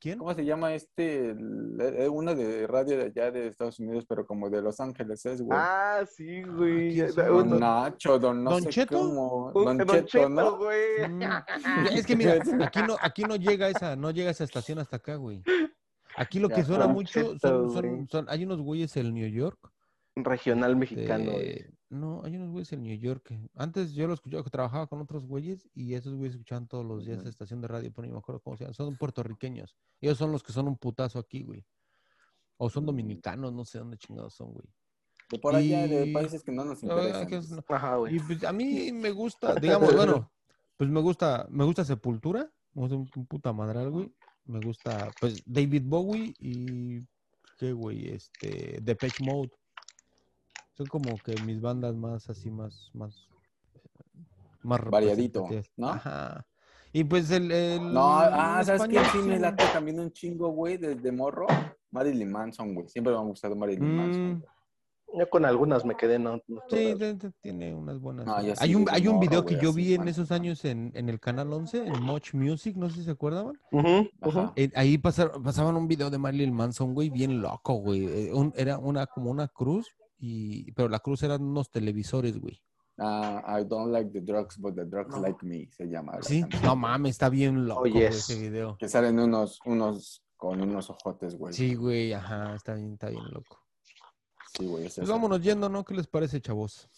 B: ¿Quién?
A: ¿Cómo se llama este? El- eh, uno de radio de allá de Estados Unidos, pero como de Los Ángeles es, güey.
C: Ah, sí,
B: Ah,
C: güey.
B: ¿quién sabe?
A: Don
B: no.
C: Un-
A: Nacho, Don no
B: ¿Don
A: sé
B: Cheto?
A: cómo.
C: un-
A: Don, Cheto, ¿no?
C: güey.
B: Mm. Es que mira, aquí no, aquí no llega esa, no llega esa estación hasta acá, güey. Aquí lo que
A: Ya,
B: suena
C: Don
B: mucho
C: Cheto,
B: son, son,
C: güey.
B: son- hay unos güeyes en New York.
C: Regional
B: de-
C: mexicano. güey.
B: no, hay unos güeyes en New York. que- Antes yo lo escuchaba, que trabajaba con otros güeyes y esos güeyes escuchaban todos los días
A: Ujú.
B: esa estación de radio, pero ni me acuerdo cómo se llaman. Son puertorriqueños. Ellos son los que son un putazo aquí, güey. O son
A: Mm.
B: dominicanos, no sé dónde chingados son, güey.
A: De por allá, de
B: Y-
A: países que no nos
B: Ah,
A: interesan.
B: que es-
C: Ajá, güey.
B: Y pues a mí me
A: (laughs)
B: gusta, digamos, bueno, pues me gusta, me gusta Sepultura, me gusta un, un puta madral, güey. Me gusta, pues, David Bowie y, ¿qué, güey? Este, Depeche Mode. Son como que mis bandas más, así, más, más, eh, más
A: Variadito,
B: representativas.
A: ¿no?
B: Ajá. Y pues el, el
A: No, ah, ¿sabes qué?
B: español,
A: Sí me
B: güey.
A: late también un chingo, güey, desde morro. Marilyn Manson, güey. Siempre me ha gustado Marilyn Manson.
B: Mm,
A: güey.
C: Yo con algunas me quedé, no. no
B: Sí,
C: todas.
B: de- de- tiene unas buenas.
A: No, yo sí
B: hay un,
A: vi de
B: hay un
A: morro,
B: video
A: güey,
B: que yo
A: así,
B: vi en
A: Manson,
B: esos
A: Manson.
B: años en, en el canal 11, en Much Music, no sé si se acuerdaban.
C: Ujú, ujú.
A: Ajá.
B: Eh, ahí pasar- pasaban un video de Marilyn Manson, güey, bien loco, güey. Eh, un- era una como una cruz, y, pero la cruz eran unos televisores, güey.
A: Ah, I don't like the drugs, but the drugs like me, se llama. la
B: Sí,
A: canción,
B: no
A: güey.
B: mames, está bien loco
C: Oh,
B: güey,
C: yes.
B: ese video.
A: Que salen unos, unos, con unos ojotes, güey.
B: Sí, güey, ajá, está bien, está bien loco.
A: Sí, güey. ese es-
B: Pues vámonos yendo, ¿no? ¿Qué les parece, chavos?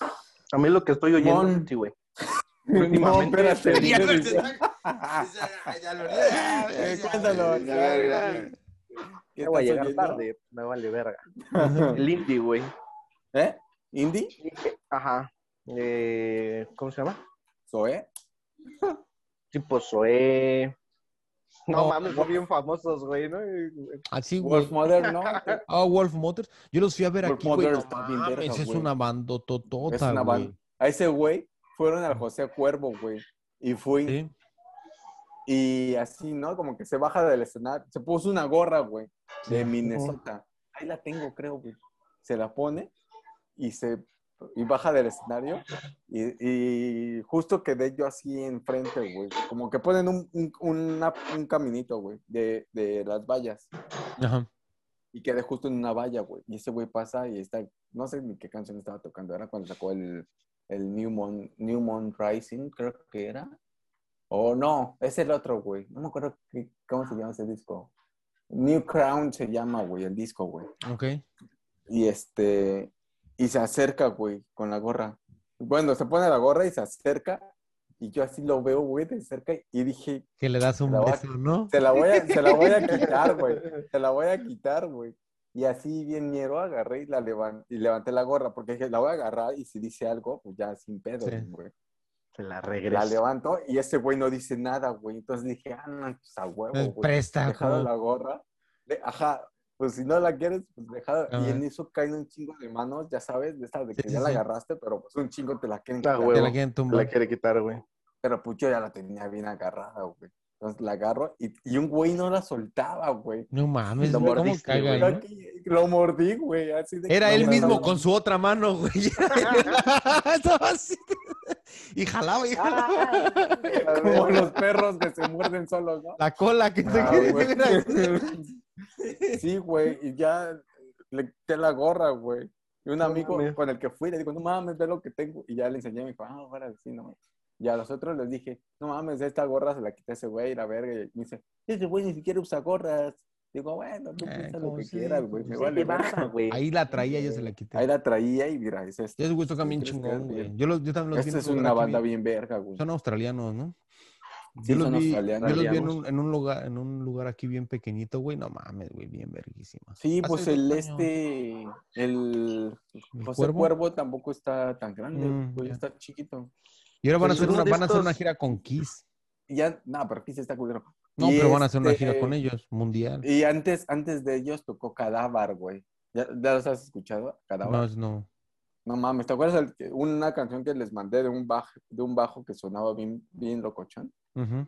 C: A mí lo que estoy oyendo,
A: Mon.
C: sí, güey.
A: (laughs) No,
C: Últimamente,
A: espérate.
C: este-
A: Eh, Cuéntalo.
C: Ya, ya, ya.
A: ¿Qué
C: Ya voy a
A: estás
C: llegar
A: oyendo?
C: tarde, me
A: (laughs)
C: vale verga. El indie, güey.
A: ¿Eh? ¿Indy?
C: Ajá. Eh, ¿Cómo se llama?
A: ¿Zoe?
C: Tipo Zoé. No,
B: No,
C: mames, son bien famosos, güey, (laughs) ¿no?
B: Así, güey.
A: Wolf Mother,
B: (laughs)
A: ¿no?
B: Ah, Wolf Motors. Yo los fui a ver
A: Wolf
B: aquí, güey.
A: Mother
B: No
A: está bien verga,
B: mames, es
A: güey.
B: una
A: Es
B: bandototota,
A: una
B: güey.
A: banda. A ese güey fueron al José Cuervo, güey. Y fui.
B: Sí.
A: Y así, ¿no? Como que se baja del escenario. Se puso una gorra, güey, de
B: Sí.
A: Minnesota. Ahí la tengo, creo, güey. Se la pone y se y baja del escenario. Y, y justo quedé yo así enfrente, güey. Como que ponen un, un, una- un caminito, güey, de, de las vallas.
B: Ajá.
A: Y quedé justo en una valla, güey. Y ese güey pasa y está, no sé ni qué canción estaba tocando. Era cuando sacó el, el New, Moon, New Moon Rising, creo que era. O no, es el otro, güey. No me acuerdo qué- cómo se llama ese disco. New Crown se llama, güey, el disco, güey.
B: Ok.
A: Y este, y se acerca, güey, con la gorra. Bueno, se pone la gorra y se acerca. Y yo así lo veo, güey, de cerca. Y dije,
B: Que le das un
A: La voy a-
B: beso, ¿no?
A: se la voy a, se la voy a
C: Ah,
A: quitar, güey. Se la voy a quitar, güey. Y así bien miedo agarré y la levan- y levanté la gorra porque dije, la voy a agarrar y si dice algo, pues ya sin pedo,
B: Sí.
A: güey.
C: Se la
A: La
C: regreso.
A: levanto y ese güey no dice nada, güey. Entonces dije, ah, no, pues a
B: Eh,
A: huevo, güey.
B: Presta,
A: Dejaron
B: como-
A: la gorra. De- ajá, pues si no la quieres, pues dejada.
B: Ah,
A: Y en
B: eh.
A: eso caen un chingo de manos, ya sabes, de esta de que
B: Sí,
A: ya
B: sí,
A: la
B: sí.
A: agarraste, pero pues un chingo te la quieren
C: Ah,
A: quitar.
B: Te
C: huevo.
B: la quieren
C: La
B: tumbar.
C: quiere quitar, güey.
A: Pero pues yo ya la tenía bien agarrada, güey. Entonces la agarro y, y un güey no la soltaba, güey.
B: No mames,
A: Lo
B: güey, ¿cómo
C: Pues mordiste,
B: cagan,
C: güey.
A: Yo
B: no?
A: aquí Lo mordí, güey. Así de que
B: Era
A: no
B: él
A: me
B: mismo
A: daba- (laughs)
B: con su otra mano, güey. (laughs) Estaba así. Y jalaba,
C: Ah,
B: y jalaba. (laughs)
C: (laughs)
A: Como los perros que se muerden solos, ¿no?
B: La cola que se
A: Ah,
B: quede.
A: güey.
B: mira.
A: (laughs) Sí, güey, y ya le quité la gorra, güey. Y un
C: No
A: amigo
C: mames.
A: con el que fui le digo, no mames, ve lo que tengo. Y ya le enseñé, me dijo, ah, ahora sí, no mames. Y a los otros les dije, no mames, esta gorra se la quité a ese güey, la verga. Y me dice, ese güey ni siquiera usa gorras. Digo, bueno, tú
B: Eh,
A: piensa lo
B: como
A: que
B: sí,
A: quieras, güey.
B: como
A: Me
B: sí.
A: vale
C: llevaba,
A: verga.
C: güey.
B: Ahí la traía, yo se la quité.
A: Ahí la traía y mira, es este.
B: Yo les gusto bien
A: ¿Crees que
B: chingón,
A: es
B: güey.
A: bien?
B: Yo los, yo también los vi
A: Esta
B: en
A: es
B: un
A: una
B: lugar
A: banda
B: aquí.
A: bien verga, güey.
B: Son australianos, ¿no?
A: Sí,
B: yo los
A: son
B: vi, yo
A: australianos.
B: los vi en
C: Australianos.
B: un, en un lugar, en un lugar aquí bien pequeñito, güey. No mames, güey, bien verguísima.
A: Sí,
B: Hace
A: pues
B: dos
A: el
B: años.
A: este, pues el
B: ¿El
A: José
B: Cuervo?
A: Cuervo? tampoco está tan grande,
B: Mm,
A: güey,
B: ya.
A: está chiquito.
B: Y ahora van a
C: Pues
B: hacer
C: uno
B: una,
C: de
B: van a hacer una
C: estos-
B: gira con Kiss.
A: Y ya, nada, pero aquí se está culero.
B: No,
A: Y
B: pero van a hacer una
A: este,
B: gira con ellos, mundial.
A: Y antes, antes de ellos tocó Cadáver, güey. ¿Ya, ya los has escuchado? Cadáver.
B: No,
A: No,
B: es no.
A: mames, ¿te acuerdas el que- una canción que les mandé de un bajo, de un bajo que sonaba bien, bien locochón?
B: Ujú.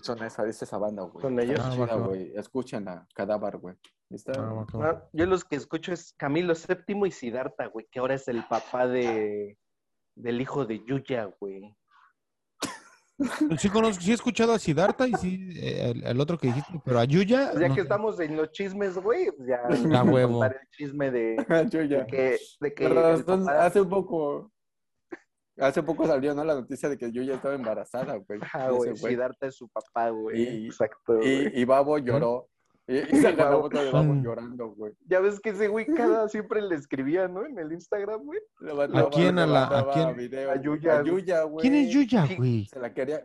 A: Son esa, es esa banda, güey.
C: Son ellos.
A: Está
B: Ah,
A: chida,
B: va, va.
A: güey. Escúchenla, Cadáver, güey. Está-
B: Ah, va, va.
C: Ah, yo los que escucho es Camilo VII y Siddhartha, güey, que ahora es el papá de del hijo de Yuya, güey.
B: Pues Sí, conozco, sí he escuchado a Siddhartha y sí eh, al al otro que dijiste, pero a Yuya.
C: Pues Ya
B: no
C: que
B: sé.
C: estamos en los chismes, güey, pues ya les
B: Ah,
C: voy a
B: huevo.
C: contar el chisme de,
A: (laughs) Yo ya.
C: de que, de que
A: Pero
C: el
A: entonces,
C: papá-
A: hace poco, hace poco salió ¿no? la noticia de que yo ya estaba embarazada, güey.
C: Ajá,
A: de ese
C: Ah, güey,
A: güey.
C: Siddhartha es su papá, güey.
A: Y-
C: Exacto, güey.
A: Y, y Babo lloró. Y, y saca la
C: Babo.
A: foto de Babo
B: Mm.
A: llorando, güey.
C: Ya ves que ese güey cada siempre le escribía, ¿no? En el Instagram, güey.
A: Le mandaba-
B: quién?
A: le
B: ¿A la- a
A: mandaba
B: quién?
A: video.
C: A Yuya.
A: A Yuya, güey.
B: ¿Quién es Yuya, güey?
A: Se la quería.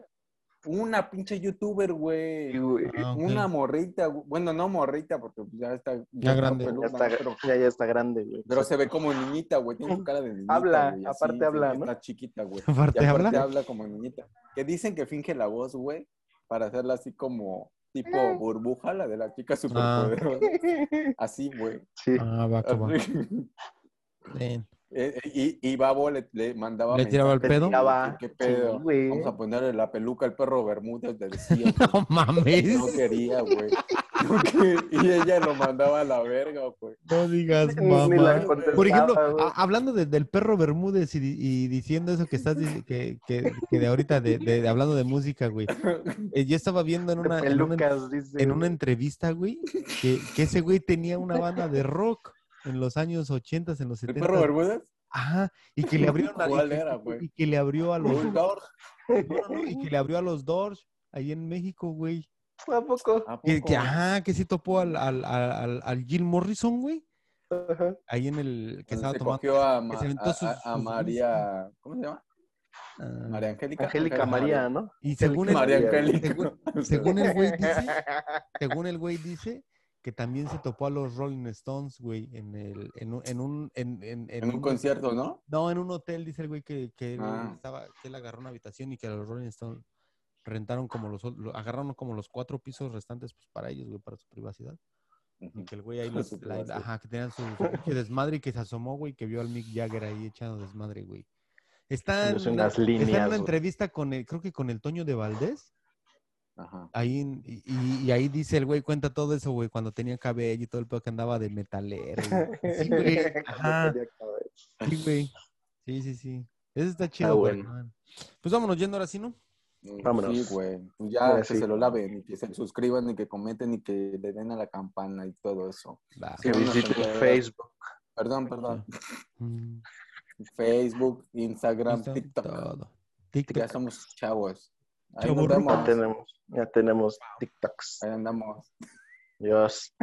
A: Una pinche youtuber, güey.
C: Y, güey,
B: Ah, ok.
A: Una morrita, güey. bueno, no morrita, porque pues, ya está, ya
B: Ya
A: está
B: grande.
A: peluda,
C: ya, está,
A: ¿no? pero,
C: ya, ya está grande, güey.
A: pero se ve como niñita, güey, tiene su cara de niñita.
C: Habla,
A: güey,
C: aparte
A: sí,
C: habla, ¿no?
A: Está chiquita, güey.
B: (laughs) Aparte
A: Y aparte
B: habla.
A: habla como niñita. Que dicen que finge la voz, güey, para hacerla así como tipo burbuja, la de la chica superpoderosa. Así, güey.
C: Sí.
B: Ah, va, que va.
A: Así. (laughs)
B: Bien.
A: Eh, Y, y Babo le, le mandaba
B: Le tiraba el
A: mensajes,
B: pedo.
C: tiraba.
A: ¿Qué pedo?
C: Sí, güey.
A: Vamos a ponerle la peluca al perro Bermúdez
B: (laughs)
A: de decía.
B: (laughs) No mames.
A: No quería, güey. No que- Y ella lo mandaba a la verga, güey.
B: No digas
C: Ni- ni la
B: mamá.
C: contestaba,
B: Por ejemplo, ah,
C: güey.
B: a- hablando de- del perro Bermúdez y, di- y diciendo eso que estás dic- que, que, que de ahorita, de, de- de hablando de música, güey. Eh, yo estaba viendo en
C: De
B: una, en una,
C: pelucas, dice.
B: en una
C: güey.
B: entrevista, güey, que, que ese güey tenía una banda de rock en los años 80, en los
A: ¿El perro
B: 70.
A: Bermúdez?
B: Ajá, y que
A: (laughs)
B: le abrieron la- y
A: ¿Cuál
B: que-
A: era,
B: y-
A: güey?
B: y que le abrió a los
A: Bulldog.
B: No, no, no, y que le abrió a los Doors ahí en México, güey.
C: ¿A poco?
A: ¿A
B: Que,
A: poco?
B: que, ajá, que sí topó al, al, al, al- al Gil Morrison, güey.
C: Ajá.
B: Ahí en el que estaba
A: Se
B: tomando.
A: cogió a, Ma-
B: se aventó
A: a-
B: sus-
A: a- a
B: sus-
A: María. ¿Cómo se llama?
B: Ah,
A: María Angélica.
C: Angélica María, ¿no?
B: Y según
A: María
B: el,
C: María
A: (laughs) Angélica.
B: según- según el
A: (laughs)
B: güey dice, según el güey dice que también se topó a los Rolling Stones, güey, en el, en un, en un, en, en- en
A: En un
B: un-
A: concierto, ¿no?
B: No, en un hotel, dice el güey que, que él
A: Ah.
B: estaba, que él agarró una habitación y que a los Rolling Stones rentaron como los, ot- lo- agarraron como los cuatro pisos restantes pues, para ellos, güey, para su privacidad. Y que el güey ahí
A: Hijo de
B: los.
A: su
B: la-
A: privacidad.
B: ajá, que tenían su, su (laughs) pinche desmadre y que se asomó, güey, que vio al Mick Jagger ahí echando desmadre, güey. Está en,
C: Haciéndose
B: una-
C: unas
B: está en
C: líneas,
B: una
C: güey.
B: entrevista con el, creo que con el Toño de Valdés.
A: Ajá.
B: Ahí, en- y, y- y ahí dice el güey, cuenta todo eso, güey, cuando tenía cabello y todo el pedo que andaba de metalero. güey. Sí, güey.
C: (laughs)
B: Ajá, sí, güey. Sí, sí, sí. Eso está chido, güey.
C: bueno.
B: man. Pues vámonos yendo ahora sí, ¿no?
C: Vámonos.
A: Eh, Sí, güey. Pues Ya
C: Ahora
A: que
C: sí.
A: se lo laven y que se suscriban y que comenten y que le den a la campana y todo eso.
B: Va.
A: Sí.
C: Que visiten Facebook.
A: Perdón, perdón.
B: Mm,
A: Facebook, Instagram,
B: listo,
A: TikTok.
B: todo. TikTok.
A: Ya somos chavos. Ahí nos
B: Chavorrucos.
C: Ya
A: vemos.
C: tenemos, ya tenemos TikToks.
A: Ahí andamos.
C: Dios.